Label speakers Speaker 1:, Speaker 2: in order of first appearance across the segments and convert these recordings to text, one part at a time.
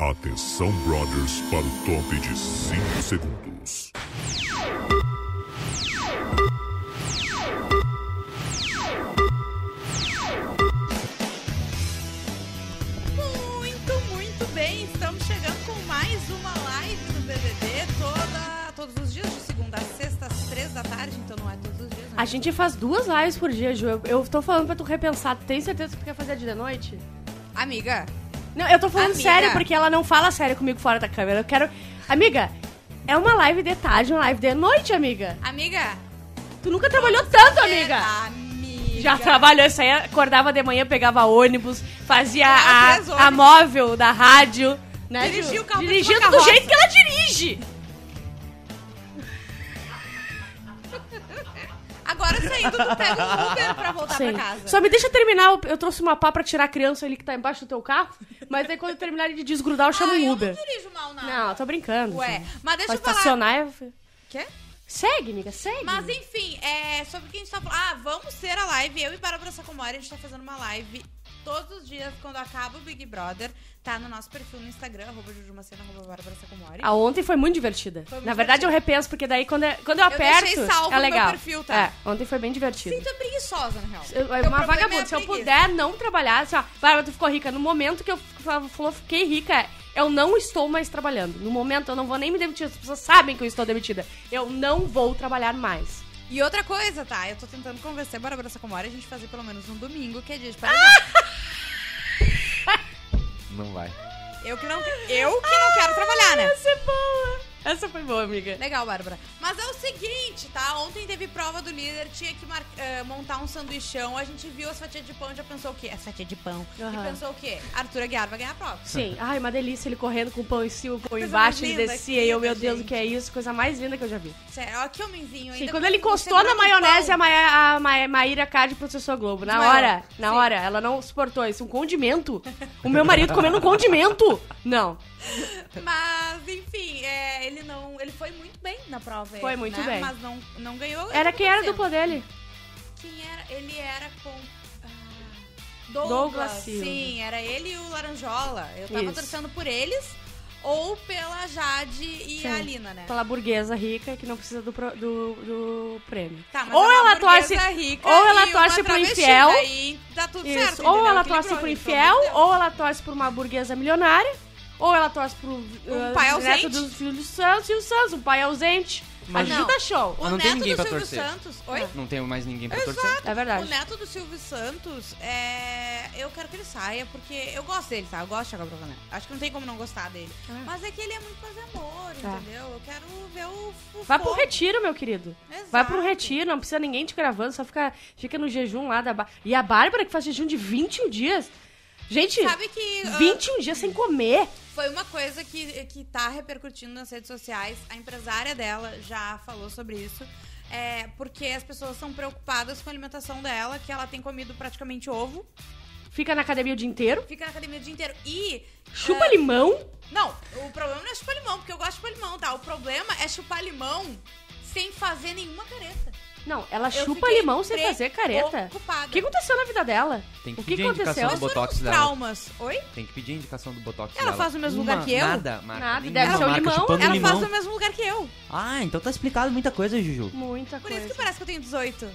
Speaker 1: Atenção, brothers, para o top de 5 segundos.
Speaker 2: Muito, muito bem. Estamos chegando com mais uma live do BBB. Toda, todos os dias, de segunda a sexta, às três da tarde. Então não é todos os dias. né?
Speaker 3: A gente faz duas lives por dia, Ju. Eu, eu tô falando pra tu repensar. Tu tem certeza que tu quer fazer a de noite?
Speaker 2: Amiga,
Speaker 3: Não, eu tô falando
Speaker 2: Amiga.
Speaker 3: sério, porque ela não fala sério comigo fora da câmera. Eu quero... Amiga, é uma live de tarde, uma live de noite, amiga.
Speaker 2: amiga.
Speaker 3: Tu nunca trabalhou tanto,
Speaker 2: é,
Speaker 3: amiga.
Speaker 2: Amiga.
Speaker 3: Já tá- trabalhou isso aí, acordava de manhã, pegava ônibus, fazia
Speaker 2: Ela
Speaker 3: a,
Speaker 2: fez
Speaker 3: a
Speaker 2: ônibus.
Speaker 3: móvel da rádio, né?
Speaker 2: Dirigiu
Speaker 3: Ju?
Speaker 2: o carro pra
Speaker 3: Dirigindo
Speaker 2: cima da
Speaker 3: do
Speaker 2: carroça.
Speaker 3: jeito que ela dirige.
Speaker 2: Agora saindo, tu pega um Uber pra voltar
Speaker 3: Sim.
Speaker 2: pra casa.
Speaker 3: Só me deixa terminar, eu- eu trouxe uma pá pra tirar a criança ali que tá embaixo do teu carro, mas aí quando eu terminar de desgrudar, eu chamo
Speaker 2: Ah,
Speaker 3: o
Speaker 2: eu
Speaker 3: Uber.
Speaker 2: não dirijo mal, nada.
Speaker 3: Não, tô brincando.
Speaker 2: Ué,
Speaker 3: gente.
Speaker 2: mas deixa
Speaker 3: Pode
Speaker 2: eu falar.
Speaker 3: estacionar. eu-
Speaker 2: Quê?
Speaker 3: Segue, amiga, segue.
Speaker 2: Mas enfim, é, sobre o que a gente tá falando. Ah, vamos ser a live. Eu e Bárbara Sacomori, a gente tá fazendo uma live todos os dias quando acaba o Big Brother. Tá no nosso perfil no Instagram, arroba Jujumacena, arroba Bárbara Sacomori.
Speaker 3: A Ah, ontem foi muito divertida.
Speaker 2: Foi muito
Speaker 3: Na verdade,
Speaker 2: divertida.
Speaker 3: eu repenso, porque daí quando, é- quando eu
Speaker 2: Eu
Speaker 3: aperto.
Speaker 2: deixei salvo
Speaker 3: é
Speaker 2: no meu
Speaker 3: legal.
Speaker 2: perfil, tá?
Speaker 3: É, ontem foi bem divertido.
Speaker 2: Sim, tu é preguiçosa, na real.
Speaker 3: Eu-
Speaker 2: Teu
Speaker 3: é uma
Speaker 2: problema é
Speaker 3: vagabunda.
Speaker 2: a
Speaker 3: Se eu
Speaker 2: preguiça.
Speaker 3: puder não trabalhar, assim, ó, Bárbara, tu ficou rica. No momento que eu f- falo- falou, fiquei rica, é, eu não estou mais trabalhando. No momento, eu não vou nem me demitir. As pessoas sabem que eu estou demitida. Eu não vou trabalhar mais.
Speaker 2: E outra coisa, tá? Eu tô tentando convencer a Bárbara Sacomori a gente fazer pelo menos um domingo, que é dia de paredão.
Speaker 4: Não vai.
Speaker 2: Eu que não, eu que não quero trabalhar, né?
Speaker 3: Essa é boa. Essa foi boa, amiga.
Speaker 2: Legal, Bárbara. Mas é o seguinte, tá? Ontem teve prova do líder, tinha que mar- eh, montar um sanduichão. A gente viu as fatias de pão e já pensou o quê? As fatias de pão.
Speaker 3: Aham.
Speaker 2: E pensou o quê? Arthur Aguiar vai ganhar a prova.
Speaker 3: Sim. Ai, uma delícia ele correndo com o pão em cima, o pão
Speaker 2: Coisa
Speaker 3: embaixo,
Speaker 2: mais
Speaker 3: ele
Speaker 2: linda,
Speaker 3: descia. E eu, meu
Speaker 2: querida,
Speaker 3: Deus, o
Speaker 2: gente.
Speaker 3: que é isso? Coisa mais linda que eu já vi.
Speaker 2: Sério, ó, que homenzinho ainda.
Speaker 3: Sim, quando ele
Speaker 2: com-
Speaker 3: encostou na
Speaker 2: segurando o
Speaker 3: maionese,
Speaker 2: pão.
Speaker 3: a, Maia, a Ma- Maíra Card processou a Globo. Na
Speaker 2: Desmaiou.
Speaker 3: hora, na
Speaker 2: Sim.
Speaker 3: hora, ela não suportou isso. Um condimento. O meu marido comendo um condimento. Não.
Speaker 2: Mas, enfim, é, ele não. Ele foi muito bem na prova.
Speaker 3: Foi
Speaker 2: ele,
Speaker 3: muito
Speaker 2: né?
Speaker 3: bem.
Speaker 2: Mas não, não ganhou.
Speaker 3: Era
Speaker 2: ele
Speaker 3: quem era a
Speaker 2: venceu.
Speaker 3: dupla dele.
Speaker 2: Quem era? Ele era com. ah, Douglas.
Speaker 3: Douglas Silva.
Speaker 2: sim, era ele e o Laranjola. Eu tava
Speaker 3: Isso.
Speaker 2: torcendo por eles ou pela Jade e a
Speaker 3: Sim. Tá.
Speaker 2: Alina, né?
Speaker 3: Aquela burguesa rica que não precisa do, pro- do, do prêmio.
Speaker 2: Tá, mas
Speaker 3: Ou
Speaker 2: é uma
Speaker 3: ela
Speaker 2: burguesa
Speaker 3: torce-
Speaker 2: rica
Speaker 3: ou ela
Speaker 2: e
Speaker 3: torce
Speaker 2: uma
Speaker 3: pro
Speaker 2: travesti, tá
Speaker 3: infiel.
Speaker 2: daí dá tudo
Speaker 3: Isso.
Speaker 2: certo,
Speaker 3: ou
Speaker 2: entendeu?
Speaker 3: ela
Speaker 2: Equilibrou
Speaker 3: torce pro
Speaker 2: ali, então.
Speaker 3: infiel,
Speaker 2: pelo amor de Deus.
Speaker 3: ou ela torce por uma burguesa milionária, ou ela torce pro eh,
Speaker 2: Um pai ausente.
Speaker 3: neto dos filhos do Santos e o Santos, um pai ausente.
Speaker 4: Mas-
Speaker 3: Ajuda show.
Speaker 2: O
Speaker 4: Mas não
Speaker 2: neto
Speaker 4: tem
Speaker 2: do
Speaker 4: ninguém pra
Speaker 2: Silvio
Speaker 4: torcer.
Speaker 2: Santos. Oi?
Speaker 4: Não tem mais ninguém pra torcer.
Speaker 3: É
Speaker 2: O
Speaker 3: verdade.
Speaker 2: neto do Silvio Santos, é... eu quero que ele saia, porque eu gosto dele, tá? Eu gosto de Thiago Abravanel. Acho que não tem como não gostar dele.
Speaker 3: Ah. Tá.
Speaker 2: Mas é que ele é muito mais amor, entendeu? Eu quero ver o... o
Speaker 3: Vai
Speaker 2: fogo.
Speaker 3: pro retiro, meu querido.
Speaker 2: Exato.
Speaker 3: Vai pro retiro, não precisa ninguém te gravando, só fica, fica no jejum lá da. Bá- E a Bárbara que faz jejum de 21 dias. Gente,
Speaker 2: Sabe que ah,
Speaker 3: 21 dias sem comer.
Speaker 2: foi uma coisa que, que tá repercutindo nas redes sociais. A empresária dela já falou sobre isso. É, porque as pessoas são preocupadas com a alimentação dela, que ela tem comido praticamente ovo,
Speaker 3: Fica na academia o dia inteiro,
Speaker 2: fica na academia o dia inteiro. E Ah.
Speaker 3: chupa limão.
Speaker 2: Não, o problema não é chupar limão, porque eu gosto de chupar limão, tá? O problema é chupar limão sem fazer nenhuma careta.
Speaker 3: Não, ela
Speaker 2: Eu
Speaker 3: chupa
Speaker 2: fiquei
Speaker 3: limão sem fazer careta.
Speaker 2: Preocupada.
Speaker 3: O que aconteceu na vida dela?
Speaker 4: Tem que
Speaker 3: o que
Speaker 4: pedir a
Speaker 3: aconteceu?
Speaker 4: indicação
Speaker 2: Mas
Speaker 4: do
Speaker 2: foram
Speaker 4: Botox
Speaker 2: uns
Speaker 4: dela.
Speaker 2: traumas. Oi?
Speaker 4: Tem que pedir a indicação do Botox
Speaker 2: Ela
Speaker 4: dela.
Speaker 2: faz no mesmo
Speaker 4: Uma-
Speaker 2: lugar que eu?
Speaker 4: Nada, marca.
Speaker 3: Nada,
Speaker 4: nenhuma
Speaker 3: deve ser o
Speaker 4: marca,
Speaker 3: limão.
Speaker 4: chupando
Speaker 2: Ela
Speaker 4: limão.
Speaker 2: faz no mesmo lugar que eu.
Speaker 5: Ah, então tá explicado muita coisa, Juju.
Speaker 3: Muita
Speaker 2: Por
Speaker 3: coisa.
Speaker 2: isso que parece que eu tenho 18.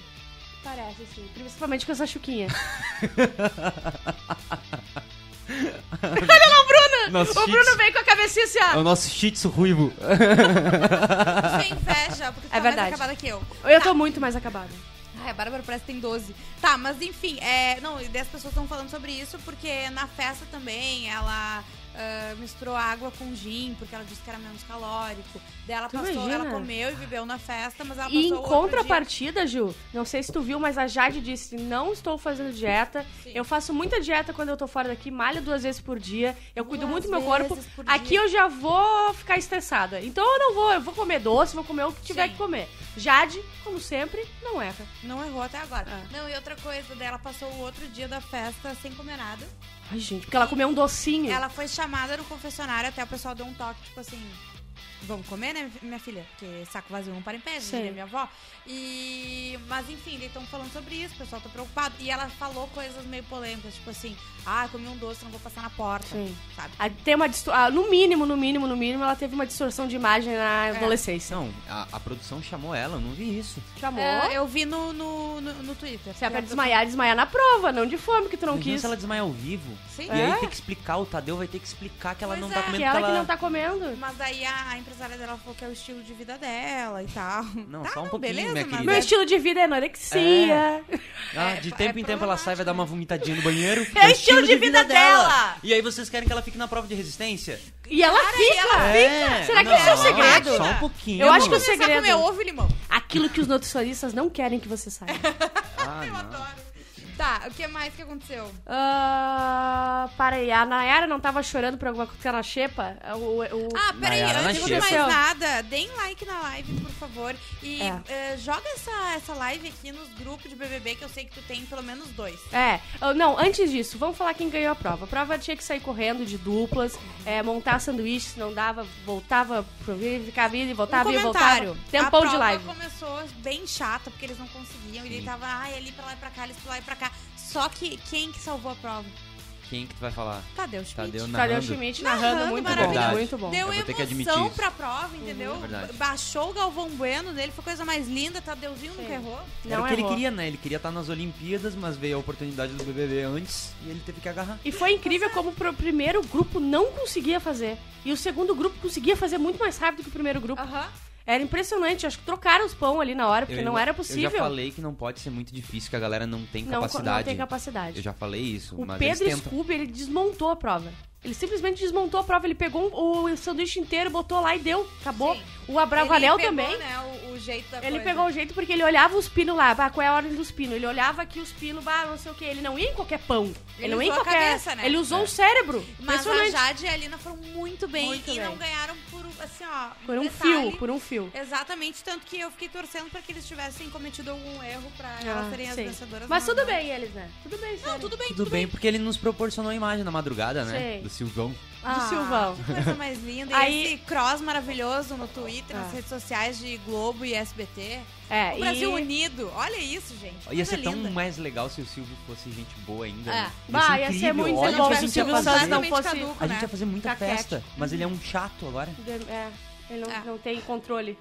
Speaker 3: parece, sim. Principalmente com essa chuquinha.
Speaker 4: Nosso
Speaker 3: o
Speaker 4: shih
Speaker 3: Bruno
Speaker 4: tzu-
Speaker 3: veio com a cabecinha assim,
Speaker 4: É
Speaker 3: ó.
Speaker 4: o nosso shih tzu ruivo.
Speaker 2: Sem inveja, porque tu tá
Speaker 3: É
Speaker 2: mais
Speaker 3: verdade.
Speaker 2: acabada que eu.
Speaker 3: Eu tô muito mais acabada.
Speaker 2: Ai, a Bárbara parece que tem 12. Tá, mas enfim, é, não, e daí as pessoas estão falando sobre isso porque na festa também ela ah, misturou água com gin, porque ela disse que era menos calórico. Daí ela
Speaker 3: Tu
Speaker 2: passou,
Speaker 3: imagina?
Speaker 2: ela comeu e bebeu na festa, mas ela Tá,
Speaker 3: E
Speaker 2: passou
Speaker 3: em
Speaker 2: outro
Speaker 3: contrapartida, Ju, não sei se tu viu, mas a Jade disse: não estou fazendo dieta.
Speaker 2: Sim.
Speaker 3: Eu faço muita dieta quando eu tô fora daqui, malho duas vezes por dia. Eu cuido
Speaker 2: Duas
Speaker 3: muito do meu
Speaker 2: vezes
Speaker 3: corpo.
Speaker 2: por dia.
Speaker 3: Aqui eu já vou ficar estressada. Então eu não vou, eu vou comer doce, vou comer o que tiver
Speaker 2: Sim.
Speaker 3: que comer. Jade, como sempre, não erra.
Speaker 2: dia. Não errou até agora.
Speaker 3: Ah.
Speaker 2: Não, e outra coisa, daí ela passou o outro dia da festa sem comer nada.
Speaker 3: Ai, gente, porque ela comeu um docinho.
Speaker 2: Ela foi chamada no confessionário, até o pessoal deu um toque, tipo assim. Vamos comer, né, minha filha? Porque saco vazio não para em pé,
Speaker 3: Sim.
Speaker 2: diria minha avó. E... Mas enfim, eles estão falando sobre isso, o pessoal tá preocupado. E ela falou coisas meio polêmicas, tipo assim, ah, eu comi um doce, não vou passar na porta,
Speaker 3: Sim.
Speaker 2: sabe?
Speaker 3: Ah, Tem uma distor- ah, no mínimo, no mínimo, no mínimo, ela teve uma distorção de imagem na
Speaker 2: É.
Speaker 3: adolescência.
Speaker 4: Não, a, a produção chamou ela, eu não vi isso.
Speaker 3: Chamou.
Speaker 2: É, eu vi no, no, no, no Twitter.
Speaker 3: Se é pra
Speaker 2: Eu-
Speaker 3: desmaiar, desmaiar na prova, não de fome que tu não
Speaker 4: Imagina
Speaker 3: quis.
Speaker 4: se ela desmaiar ao vivo.
Speaker 2: Sim.
Speaker 4: E
Speaker 2: É.
Speaker 4: aí tem que explicar, o Tadeu vai ter que explicar que ela
Speaker 2: Pois
Speaker 4: não
Speaker 2: é.
Speaker 4: tá comendo
Speaker 3: Que ela
Speaker 4: ela...
Speaker 3: que não tá comendo.
Speaker 2: Mas daí a, a empresária dela falou que é o estilo de vida dela e tal.
Speaker 4: Não,
Speaker 2: tá,
Speaker 4: só um
Speaker 2: não,
Speaker 4: pouquinho,
Speaker 2: beleza,
Speaker 4: minha
Speaker 2: mas
Speaker 4: querida.
Speaker 3: Meu estilo de vida é anorexia.
Speaker 4: Ah,
Speaker 2: É,
Speaker 4: de
Speaker 2: é
Speaker 4: tempo em tempo ela sai, vai dar uma vomitadinha no banheiro.
Speaker 3: É o estilo de vida dela.
Speaker 4: E aí vocês querem que ela fique na prova de resistência?
Speaker 3: E ela fica.
Speaker 4: É,
Speaker 3: Será que esse é o
Speaker 4: não,
Speaker 3: segredo?
Speaker 4: Só um pouquinho.
Speaker 3: Eu acho que o
Speaker 2: Começar
Speaker 3: segredo.
Speaker 2: a comer ovo e limão.
Speaker 3: Aquilo que os nutricionistas não querem que você saiba.
Speaker 4: Ah,
Speaker 2: Eu
Speaker 4: não.
Speaker 2: adoro. Tá, o que mais que aconteceu?
Speaker 3: Ah, para aí, a Nayara não tava chorando por alguma coisa que era na xepa? É, O, o-
Speaker 2: Ah, peraí,
Speaker 4: Nayara
Speaker 2: antes de
Speaker 4: Nachepa.
Speaker 2: mais
Speaker 3: Aconteceu.
Speaker 2: nada, deem like na live, por favor. E
Speaker 3: É.
Speaker 2: eh, joga essa, essa live aqui nos grupos de BBB, que eu sei que tu tem pelo menos dois.
Speaker 3: É, ah, não, antes disso, vamos falar quem ganhou a prova. A prova tinha que sair correndo de duplas, é, montar sanduíches, se não dava, voltava, pro- ficava indo e voltava
Speaker 2: um
Speaker 3: e
Speaker 2: comentário.
Speaker 3: voltava. Tempão
Speaker 2: a
Speaker 3: de
Speaker 2: prova
Speaker 3: live.
Speaker 2: começou bem chata, porque eles não conseguiam. E ele tava, ai, ali pra lá e pra cá, eles pra lá e pra cá. Só que quem que salvou a prova?
Speaker 4: Quem que tu vai falar?
Speaker 2: Tadeu Schmidt.
Speaker 4: Tadeu na
Speaker 3: Tadeu é Schmidt narrando,
Speaker 2: Narrando,
Speaker 3: muito bom,
Speaker 2: maravilhoso.
Speaker 3: muito bom.
Speaker 2: Deu
Speaker 4: Eu vou ter que admitir
Speaker 2: emoção
Speaker 4: isso.
Speaker 2: pra prova, entendeu?
Speaker 4: é verdade.
Speaker 2: Baixou o Galvão Bueno dele, foi coisa mais linda. Tadeuzinho
Speaker 3: Sim.
Speaker 2: nunca errou.
Speaker 4: Era
Speaker 3: Não é
Speaker 4: o que ele
Speaker 3: errou.
Speaker 4: queria, né? Ele queria estar nas Olimpíadas, mas veio a oportunidade do BBB antes e ele teve que agarrar.
Speaker 3: E foi incrível como pro- o primeiro grupo não conseguia fazer. E o segundo grupo conseguia fazer muito mais rápido que o primeiro grupo.
Speaker 2: Aham.
Speaker 3: Era impressionante, acho que trocaram os pão ali na hora, porque
Speaker 4: Eu
Speaker 3: não
Speaker 4: ainda-
Speaker 3: era possível.
Speaker 4: Eu já falei que não pode ser muito difícil, que a galera não tem
Speaker 3: não, co-
Speaker 4: capacidade.
Speaker 3: não tem
Speaker 4: Eu
Speaker 3: capacidade.
Speaker 4: já falei isso,
Speaker 3: O
Speaker 4: mas
Speaker 3: Pedro
Speaker 4: eles tentam.
Speaker 3: Scooby, ele desmontou a prova. Ele simplesmente desmontou a prova, ele pegou um- o sanduíche inteiro, botou lá e deu, acabou.
Speaker 2: Sim.
Speaker 3: O Abravanel
Speaker 2: Ele pegou,
Speaker 3: também.
Speaker 2: né, o, o jeito da
Speaker 3: Ele
Speaker 2: coisa.
Speaker 3: pegou o jeito porque ele olhava os pinos lá, bah, qual é a ordem dos pinos? Ele olhava aqui os pinos, bah, não sei o que. Ele não ia em qualquer pão. Ele,
Speaker 2: Ele
Speaker 3: não ia em
Speaker 2: usou a
Speaker 3: qualquer.
Speaker 2: cabeça, né?
Speaker 3: Ele
Speaker 4: É.
Speaker 3: usou o cérebro.
Speaker 2: Mas a
Speaker 3: Impressionante.
Speaker 2: Jade e a Alina foram muito bem
Speaker 3: Muito
Speaker 2: e
Speaker 3: bem.
Speaker 2: não ganharam por, assim, ó.
Speaker 3: Por um
Speaker 2: detalhe.
Speaker 3: fio, por um fio.
Speaker 2: Exatamente, tanto que eu fiquei torcendo pra que eles tivessem cometido algum erro pra elas
Speaker 3: Ah,
Speaker 2: serem É, as
Speaker 3: sim.
Speaker 2: vencedoras.
Speaker 3: Mas
Speaker 2: não,
Speaker 3: tudo
Speaker 2: né?
Speaker 3: bem eles, né? Tudo bem,
Speaker 2: Não,
Speaker 3: sério.
Speaker 2: tudo bem,
Speaker 4: Tudo bem, porque ele nos proporcionou a imagem na madrugada, né?
Speaker 3: Sei.
Speaker 4: Do Silvão.
Speaker 3: Do
Speaker 2: Ah,
Speaker 3: Silvão.
Speaker 2: Que coisa mais linda. E
Speaker 3: Aí-
Speaker 2: esse cross maravilhoso no Twitter, nas
Speaker 3: Ah.
Speaker 2: redes sociais de Globo e SBT.
Speaker 3: É,
Speaker 2: O Brasil
Speaker 3: e...
Speaker 2: unido. Olha isso, gente.
Speaker 4: Ia
Speaker 2: Coisa
Speaker 4: ser é tão
Speaker 2: linda.
Speaker 4: mais legal se o Silvio fosse gente boa ainda.
Speaker 2: É.
Speaker 4: né?
Speaker 3: Bah, ia ser
Speaker 4: incrível,
Speaker 3: muito né?
Speaker 4: olha
Speaker 3: bom
Speaker 4: o que a
Speaker 3: se o
Speaker 4: gente
Speaker 3: Silvio
Speaker 4: ia
Speaker 3: Santos
Speaker 4: fazer.
Speaker 3: não
Speaker 2: Completamente
Speaker 3: fosse.
Speaker 2: caduco,
Speaker 4: A gente
Speaker 2: né?
Speaker 4: ia fazer muita
Speaker 3: um Caquete.
Speaker 4: festa, mas ele é um chato agora.
Speaker 3: De- É, ele não,
Speaker 2: É.
Speaker 3: não tem controle.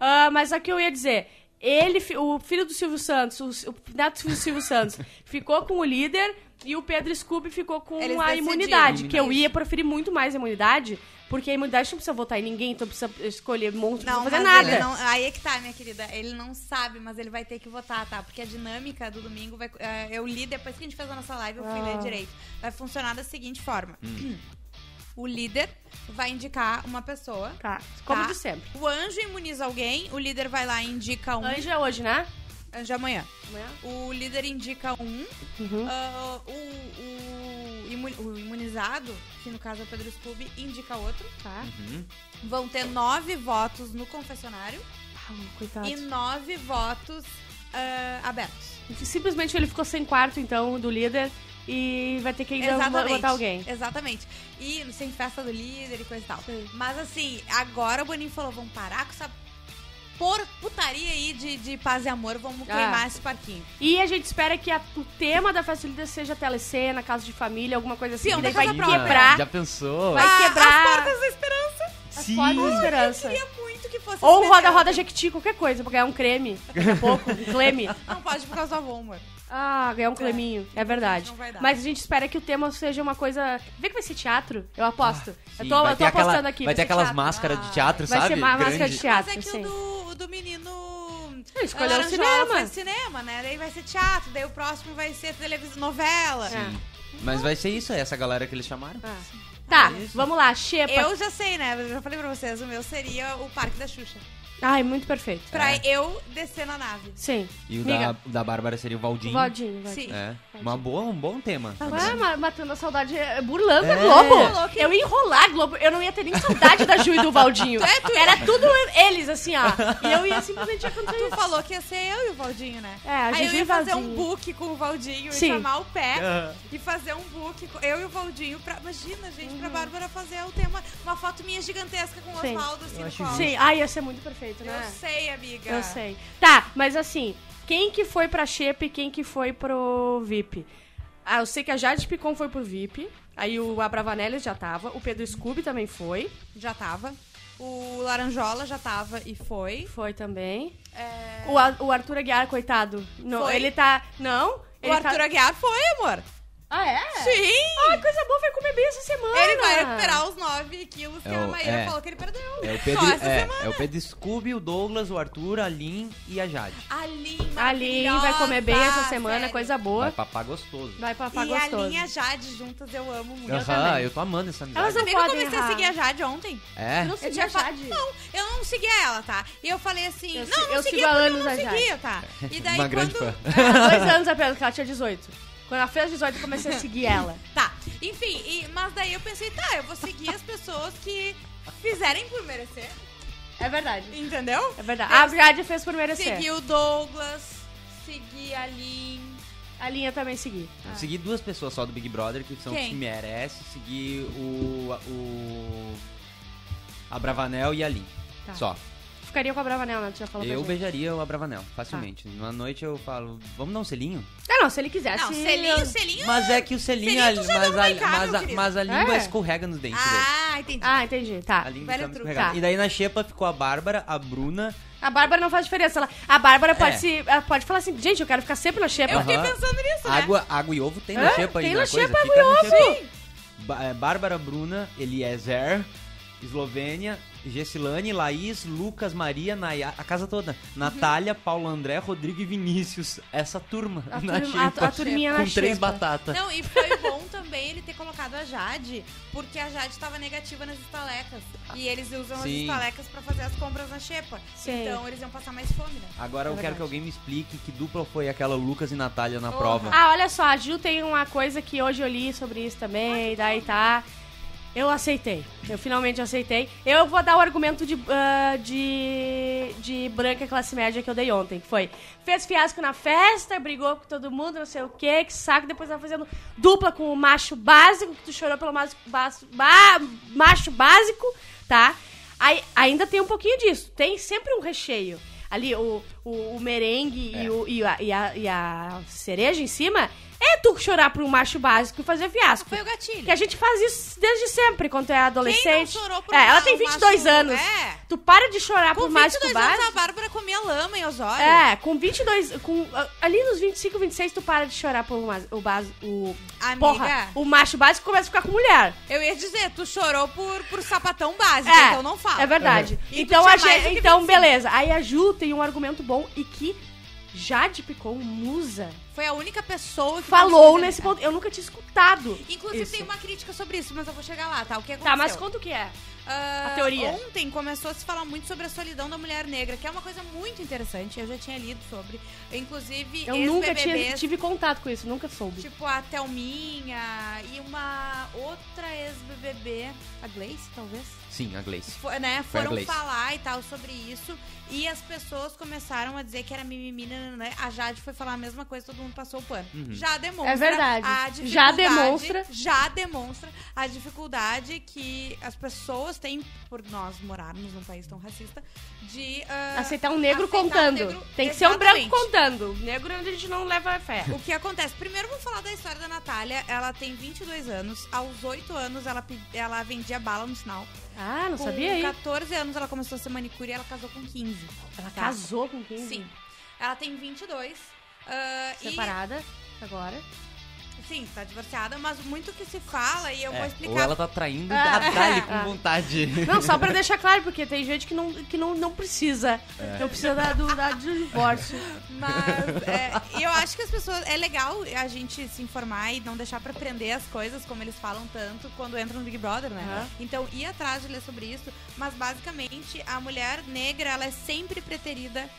Speaker 3: Ah, mas aqui eu ia dizer. Ele, fi- o filho do Silvio Santos, o, si- o neto do Silvio Santos, ficou com o líder e o Pedro Scooby ficou com
Speaker 2: Eles
Speaker 3: a
Speaker 2: decidiram.
Speaker 3: imunidade. Que eu
Speaker 2: Imunidade.
Speaker 3: ia preferir muito mais a imunidade, porque a imunidade tu não precisa votar em ninguém, tu não precisa escolher monstro, não
Speaker 2: Não,
Speaker 3: precisa
Speaker 2: mas
Speaker 3: fazer
Speaker 2: ele
Speaker 3: nada.
Speaker 2: não- aí é que tá, minha querida. Ele não sabe, mas ele vai ter que votar, tá? Porque a dinâmica do domingo vai. eh, eu li depois que a gente fez a nossa live, eu fui
Speaker 3: Ah.
Speaker 2: ler direito. Vai funcionar da seguinte forma: o líder vai indicar uma pessoa.
Speaker 3: Tá, como
Speaker 2: Tá.
Speaker 3: de sempre.
Speaker 2: O anjo imuniza alguém, o líder vai lá e indica um.
Speaker 3: Anjo é hoje, né?
Speaker 2: Anjo é amanhã.
Speaker 3: Amanhã?
Speaker 2: O líder indica um.
Speaker 3: Uhum.
Speaker 2: ah, o, o imu- o imunizado, que no caso é o Pedro Scooby, indica outro.
Speaker 3: Tá.
Speaker 4: Uhum.
Speaker 2: Vão ter nove votos no confessionário
Speaker 3: Ah, coitado.
Speaker 2: e nove votos ah, abertos.
Speaker 3: Simplesmente ele ficou sem quarto, então, do líder e vai ter que ainda
Speaker 2: Exatamente.
Speaker 3: votar alguém.
Speaker 2: Exatamente. E sem festa do líder e coisa e tal.
Speaker 3: Sim.
Speaker 2: Mas assim, agora o Boninho falou: vamos parar com essa por putaria aí de, de paz e amor, vamos
Speaker 3: Ah.
Speaker 2: queimar esse parquinho.
Speaker 3: E a gente espera que a- o tema da festa do líder seja telecena, casa de família, alguma coisa assim.
Speaker 2: Sim,
Speaker 3: que daí
Speaker 2: da
Speaker 3: vai
Speaker 2: casa
Speaker 4: Imagina,
Speaker 2: própria.
Speaker 3: quebrar.
Speaker 4: é Já pensou?
Speaker 3: Vai
Speaker 2: Ah,
Speaker 3: quebrar. As portas da
Speaker 4: Sim.
Speaker 3: esperança.
Speaker 2: Muito que fosse.
Speaker 3: Ou um
Speaker 2: especial.
Speaker 3: roda, roda, jequiti, qualquer coisa, pra ganhar um creme. Daqui a pouco, um creme.
Speaker 2: Não pode por causa do avô, amor.
Speaker 3: Ah, ganhar um creminho. É verdade.
Speaker 2: Não vai dar.
Speaker 3: Mas a gente espera que o tema seja uma coisa. Vê que vai ser teatro? Eu aposto. eu
Speaker 4: Ah, Sim,
Speaker 3: tô,
Speaker 4: vai
Speaker 3: eu tô
Speaker 4: ter aquela-
Speaker 3: apostando aqui.
Speaker 4: Vai ter
Speaker 3: ser
Speaker 4: aquelas
Speaker 3: teatro.
Speaker 4: máscaras de teatro,
Speaker 3: Vai
Speaker 4: sabe?
Speaker 3: ser ma- máscara
Speaker 4: Grande.
Speaker 3: de teatro.
Speaker 2: Mas é que
Speaker 3: sim.
Speaker 2: o do, o do menino.
Speaker 3: Ele escolheu o
Speaker 2: Laranjola foi
Speaker 3: cinema.
Speaker 2: cinema, né? Daí vai ser teatro, daí o próximo vai ser televisão, novela.
Speaker 3: É.
Speaker 4: Mas vai ser isso, é essa galera que eles chamaram.
Speaker 3: Ah. Tá,
Speaker 4: É isso.
Speaker 3: vamos lá, Xepa.
Speaker 2: Eu já sei, né? Eu já falei pra vocês, o meu seria o Parque da Xuxa.
Speaker 3: Ai, muito perfeito.
Speaker 4: É.
Speaker 2: Pra eu descer na nave.
Speaker 3: Sim.
Speaker 4: E o
Speaker 3: Miga.
Speaker 4: da, da Bárbara seria o Valdinho.
Speaker 3: Valdinho, vai.
Speaker 2: Sim.
Speaker 4: É. Uma boa, um bom tema.
Speaker 3: Vai Ah, ma- matando a saudade, é, burlando a
Speaker 4: É.
Speaker 2: Tá
Speaker 3: Globo.
Speaker 2: louco, hein?
Speaker 3: Eu ia enrolar a Globo, eu não ia ter nem saudade da Ju e do Valdinho. Era tudo eles, assim, ó. E eu ia simplesmente acontecer
Speaker 2: Tu
Speaker 3: isso.
Speaker 2: falou que ia ser eu e o Valdinho, né?
Speaker 3: É, a
Speaker 2: Aí eu
Speaker 3: Gigi
Speaker 2: ia
Speaker 3: e
Speaker 2: fazer
Speaker 3: Valdinho.
Speaker 2: um book com o Valdinho
Speaker 3: Sim.
Speaker 2: e chamar o pé
Speaker 4: Aham.
Speaker 2: e fazer um book, com eu e o Valdinho, pra. Imagina, gente, pra Bárbara fazer o tema, uma foto minha gigantesca com o
Speaker 3: Uhum. Sim.
Speaker 2: Oswaldo assim
Speaker 4: Eu
Speaker 2: no
Speaker 4: acho
Speaker 2: colo.
Speaker 3: Sim, ai, ia ser muito perfeito,
Speaker 2: Eu
Speaker 3: né?
Speaker 2: sei, amiga.
Speaker 3: Eu sei. Tá, mas assim, quem que foi pra Shep e quem que foi pro VIP? Ah, eu sei que a Jade Picon foi pro VIP, aí o Abravanelli já tava, o Pedro Scooby também foi,
Speaker 2: Já tava. O Laranjola já tava e foi.
Speaker 3: foi também.
Speaker 2: É,
Speaker 3: O, A- o Arthur Aguiar, coitado, não,
Speaker 2: Foi.
Speaker 3: ele tá... Não?
Speaker 2: O
Speaker 3: ele
Speaker 2: Arthur
Speaker 3: tá...
Speaker 2: Aguiar foi, amor.
Speaker 3: Ah, é?
Speaker 2: Sim!
Speaker 3: Ai, coisa boa, vai comer bem essa semana.
Speaker 2: Ele vai recuperar os 9 quilos que
Speaker 4: É
Speaker 2: a
Speaker 4: o-
Speaker 2: Maíra
Speaker 4: é.
Speaker 2: falou que ele perdeu.
Speaker 4: É o Pedro,
Speaker 2: Só essa
Speaker 4: é,
Speaker 2: semana.
Speaker 4: é o Pedro Scooby, o Douglas, o Arthur, a Lin e a Jade.
Speaker 2: Ali,
Speaker 3: Ali vai comer bem essa semana, coisa
Speaker 4: Vai
Speaker 3: boa.
Speaker 4: papar gostoso.
Speaker 3: Vai papar
Speaker 2: E a
Speaker 3: gostoso.
Speaker 2: Linha Jade juntas eu amo muito.
Speaker 4: Aham, eu tô amando essa
Speaker 3: Elas
Speaker 4: amizade.
Speaker 3: não
Speaker 2: Sabe que eu
Speaker 3: podem
Speaker 2: comecei a
Speaker 3: errar.
Speaker 2: seguir a Jade ontem?
Speaker 4: É?
Speaker 3: Não
Speaker 2: Eu
Speaker 3: se
Speaker 2: tinha fa-
Speaker 3: Jade.
Speaker 2: Não, eu não seguia ela, tá? E eu falei assim,
Speaker 3: Eu
Speaker 2: não,
Speaker 3: se-
Speaker 2: não
Speaker 3: eu
Speaker 2: seguia
Speaker 3: sigo há
Speaker 2: porque
Speaker 3: anos
Speaker 2: eu não
Speaker 3: a Jade.
Speaker 2: seguia, tá? E daí
Speaker 4: Uma grande
Speaker 2: quando...
Speaker 4: fã.
Speaker 3: Era dois anos apenas, que ela tinha 18. Quando ela fez 18, eu comecei a seguir ela.
Speaker 2: Tá, enfim, e- mas daí eu pensei, tá, eu vou seguir as pessoas que fizerem por merecer,
Speaker 3: É verdade.
Speaker 2: entendeu?
Speaker 3: É verdade. A Jade fez por merecer.
Speaker 2: Segui o Douglas, segui a Lin...
Speaker 3: A linha também segui.
Speaker 4: Eu segui duas pessoas só do Big Brother que são
Speaker 2: Quem?
Speaker 4: que merece. Segui o. o. Abravanel e a Lin.
Speaker 3: Tá.
Speaker 4: Só.
Speaker 3: Ficaria com a Bravanel, né? Tu já falou
Speaker 4: Eu
Speaker 3: pra gente.
Speaker 4: beijaria o Abravanel, facilmente. Numa noite eu falo, vamos dar um selinho?
Speaker 3: Ah, não, se ele quisesse.
Speaker 2: Não, selinho, selinho...
Speaker 4: Mas é que o selinho.
Speaker 2: selinho tu já
Speaker 4: mas,
Speaker 2: não
Speaker 4: a,
Speaker 2: vai cá,
Speaker 4: mas,
Speaker 2: meu
Speaker 4: a,
Speaker 2: querido.
Speaker 4: mas a língua
Speaker 3: É.
Speaker 4: escorrega nos dentes dele.
Speaker 2: Ah, entendi.
Speaker 3: Ah, entendi. Tá.
Speaker 4: A língua
Speaker 2: velho
Speaker 4: tá muito
Speaker 2: truque.
Speaker 4: escorregada.
Speaker 3: Tá.
Speaker 4: E daí na xepa ficou a Bárbara, a Bruna.
Speaker 3: A Bárbara não faz diferença. Ela, a Bárbara pode,
Speaker 4: É.
Speaker 3: se, ela pode falar assim, gente, eu quero ficar sempre na xepa.
Speaker 2: eu fiquei
Speaker 4: aham.
Speaker 2: pensando nisso, né?
Speaker 4: Água, água e ovo tem na
Speaker 3: É,
Speaker 4: xepa
Speaker 3: tem
Speaker 4: ainda.
Speaker 3: na
Speaker 4: a coisa?
Speaker 3: xepa,
Speaker 4: Fica
Speaker 3: água e
Speaker 4: na
Speaker 3: ovo.
Speaker 4: xepa. Ba- é, Bárbara, Bruna, Eliezer, Eslovênia, Gessilane, Laís, Lucas, Maria, Naya, a casa
Speaker 3: Uhum.
Speaker 4: toda. Natália, Paulo André, Rodrigo e Vinícius. Essa turma
Speaker 3: A
Speaker 4: na
Speaker 3: turma- a-
Speaker 4: xepa.
Speaker 3: a turminha
Speaker 4: com
Speaker 3: na
Speaker 4: três
Speaker 3: xepa.
Speaker 4: batatas.
Speaker 2: Não, e foi bom também ele ter colocado a Jade, porque a Jade tava negativa nas estalecas. E eles usam as
Speaker 4: Sim.
Speaker 2: estalecas pra fazer as compras na xepa.
Speaker 3: Sim.
Speaker 2: Então eles iam passar mais fome, né?
Speaker 4: Agora eu
Speaker 3: É
Speaker 4: quero
Speaker 3: verdade.
Speaker 4: que alguém me explique que dupla foi aquela Lucas e Natália na
Speaker 2: Porra.
Speaker 4: prova.
Speaker 3: Ah, olha só, a Ju tem uma coisa que hoje eu li sobre isso também, daí tá. Eu aceitei. Eu finalmente aceitei. Eu vou dar o argumento de, ah, de, de branca classe média que eu dei ontem, que foi. Fez fiasco na festa, brigou com todo mundo, não sei o quê, que saco. Depois tá fazendo dupla com o macho básico, que tu chorou pelo macho, básico- ba- macho básico, tá? Aí, ainda tem um pouquinho disso. Tem sempre um recheio. Ali, o, o, o merengue e, o, e, a, e, a, e a cereja em cima, é tu chorar pro macho básico e fazer fiasco.
Speaker 2: Ah, Foi o gatilho.
Speaker 3: Que a gente faz isso desde sempre, quando é adolescente.
Speaker 2: Quem não chorou por
Speaker 3: é, ela
Speaker 2: um
Speaker 3: tem
Speaker 2: macho-
Speaker 3: 22 anos.
Speaker 2: É.
Speaker 3: Tu para de chorar
Speaker 2: Com
Speaker 3: por macho
Speaker 2: 22 anos
Speaker 3: básico.
Speaker 2: a Bárbara comia lama em Osório.
Speaker 3: É, com 22, com, ah, ali nos 25, 26, tu para de chorar por mas- o, bas, o,
Speaker 2: Amiga.
Speaker 3: porra, o macho básico começa a ficar com mulher.
Speaker 2: Eu ia dizer, tu chorou por, por sapatão básico,
Speaker 3: É,
Speaker 2: então não fala.
Speaker 3: É verdade.
Speaker 2: E tu
Speaker 3: Então,
Speaker 2: tinha
Speaker 3: a
Speaker 2: mais
Speaker 3: gente-
Speaker 2: do que
Speaker 3: então
Speaker 2: 25.
Speaker 3: beleza. Aí a Ju tem um argumento bom e que Jade Picon, musa,
Speaker 2: Foi a única pessoa que
Speaker 3: falou
Speaker 2: conseguiu
Speaker 3: nesse
Speaker 2: evitar.
Speaker 3: ponto. Eu nunca tinha escutado.
Speaker 2: Inclusive,
Speaker 3: isso.
Speaker 2: tem uma crítica sobre isso, mas eu vou chegar lá, tá? O que aconteceu?
Speaker 3: Tá, mas quanto que é?
Speaker 2: Ah,
Speaker 3: A teoria.
Speaker 2: Ontem começou a se falar muito sobre a solidão da mulher negra, que é uma coisa muito interessante. Eu já tinha lido sobre. Inclusive,
Speaker 3: Eu nunca tinha,
Speaker 2: ex-BBBs,
Speaker 3: tive contato com isso, nunca soube.
Speaker 2: tipo a Thelminha e uma outra ex-BBB, a Gleice, talvez?
Speaker 4: Sim, a Gleice.
Speaker 2: Fo- né,
Speaker 4: Foi a
Speaker 2: foram
Speaker 4: Gleice.
Speaker 2: falar e tal sobre isso. E as pessoas começaram a dizer que era mimimi, né? A Jade foi falar a mesma coisa, todo mundo passou o pano. Já demonstra.
Speaker 3: É verdade.
Speaker 2: a
Speaker 3: Já
Speaker 2: dificuldade-
Speaker 3: demonstra.
Speaker 2: Já demonstra a dificuldade que as pessoas têm, por nós morarmos num país tão racista, de. ah,
Speaker 3: Aceitar um negro
Speaker 2: aceitar um
Speaker 3: contando.
Speaker 2: negro-
Speaker 3: Tem que ser um branco
Speaker 2: Exatamente.
Speaker 3: contando. Negro é a gente não leva fé.
Speaker 2: O que acontece? Primeiro vamos falar da história da Natália. Ela tem 22 anos. Aos 8 anos ela, pe- ela vendia bala no sinal.
Speaker 3: Ah, não
Speaker 2: Com
Speaker 3: sabia aí.
Speaker 2: 14 anos ela começou a ser manicure e ela casou com 15.
Speaker 3: Ela
Speaker 2: tá?
Speaker 3: casou com quem?
Speaker 2: Sim. Ela tem 22. ah, e-
Speaker 3: Separada agora.
Speaker 2: Sim, Sim, tá divorciada, mas muito que se fala, e eu vou
Speaker 4: ou
Speaker 2: explicar.
Speaker 4: ela tá traindo
Speaker 3: Ah,
Speaker 4: a Dali
Speaker 3: é.
Speaker 4: com vontade.
Speaker 3: Não, só pra deixar claro, porque tem gente que não, que não, não precisa. Não precisa da, do, da, do divórcio.
Speaker 2: Mas é, eu acho que as pessoas. É legal a gente se informar e não deixar pra aprender as coisas, como eles falam tanto, quando entram no Big Brother, né? Então, ir atrás de ler sobre isso. Mas basicamente, a mulher negra, ela é sempre preterida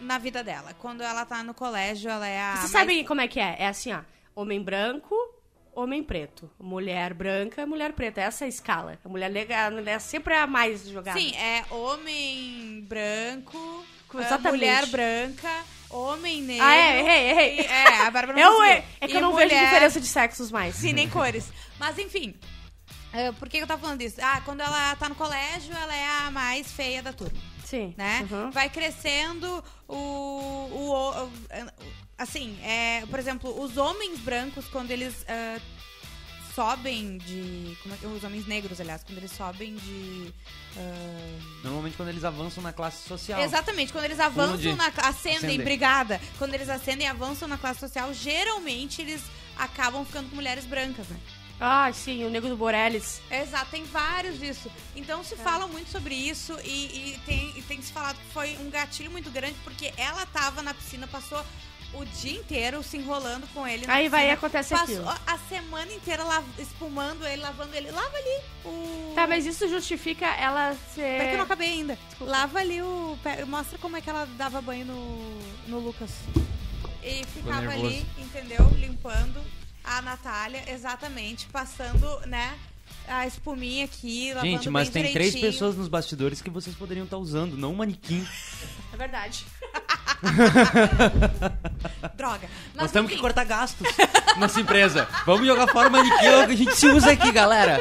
Speaker 2: na vida dela. Quando ela tá no colégio, ela é a. mais-
Speaker 3: Vocês sabem como é que é? É assim, ó. Homem branco, homem preto. Mulher branca, mulher preta. Essa é a escala. A mulher negra, a mulher sempre é a mais jogada.
Speaker 2: Sim, é homem branco,
Speaker 3: Com-
Speaker 2: é,
Speaker 3: exatamente.
Speaker 2: mulher branca, homem negro.
Speaker 3: Ah, é, errei, errei.
Speaker 2: e- é, a Bárbara não
Speaker 3: Eu, é,
Speaker 2: conseguiu.
Speaker 3: é que
Speaker 2: E
Speaker 3: eu não vejo
Speaker 2: mulher-
Speaker 3: diferença de sexos mais.
Speaker 2: Sim, nem cores. Mas enfim. ah, por que que eu tava falando isso? Ah, quando ela tá no colégio, ela é a mais feia da turma,
Speaker 3: Sim.
Speaker 2: né?
Speaker 3: Uhum.
Speaker 2: Vai crescendo o, o, o- Assim, é, por exemplo, os homens brancos, quando eles ah, sobem de. Como é que- os homens negros, aliás, quando eles sobem de. ah,
Speaker 4: Normalmente quando eles avançam na classe social.
Speaker 2: Exatamente, quando eles avançam
Speaker 4: Onde?
Speaker 2: na acendem,
Speaker 4: Acendem.
Speaker 2: brigada, quando eles acendem e avançam na classe social, geralmente eles acabam ficando com mulheres brancas, né?
Speaker 3: Ah, sim, o Nego do Borelles.
Speaker 2: Exato, tem vários disso. Então se fala muito sobre isso e, e tem, e tem se falado que foi um gatilho muito grande porque ela tava na piscina, passou o dia inteiro se enrolando com ele. na
Speaker 3: Aí vai e
Speaker 2: piscina,
Speaker 3: acontece
Speaker 2: Passou
Speaker 3: aquilo.
Speaker 2: a semana inteira la- espumando ele, lavando ele. Lava ali o.
Speaker 3: Tá, mas isso justifica ela ser.
Speaker 2: Peraí que eu não acabei ainda. Lava ali o. pe- Mostra como é que ela dava banho no, no Lucas. E ficava
Speaker 4: nervoso.
Speaker 2: ali, entendeu? Limpando a Natália, exatamente, passando, né? A espuminha aqui, lavando
Speaker 4: Gente, mas
Speaker 2: bem
Speaker 4: tem três
Speaker 2: direitinho.
Speaker 4: pessoas nos bastidores que vocês poderiam estar usando, não um manequim.
Speaker 3: É verdade.
Speaker 2: Droga. Mas
Speaker 4: Nós temos que
Speaker 2: enfim,
Speaker 4: cortar gastos nessa empresa. Vamos jogar fora o manequim, é o que a gente se usa aqui, galera.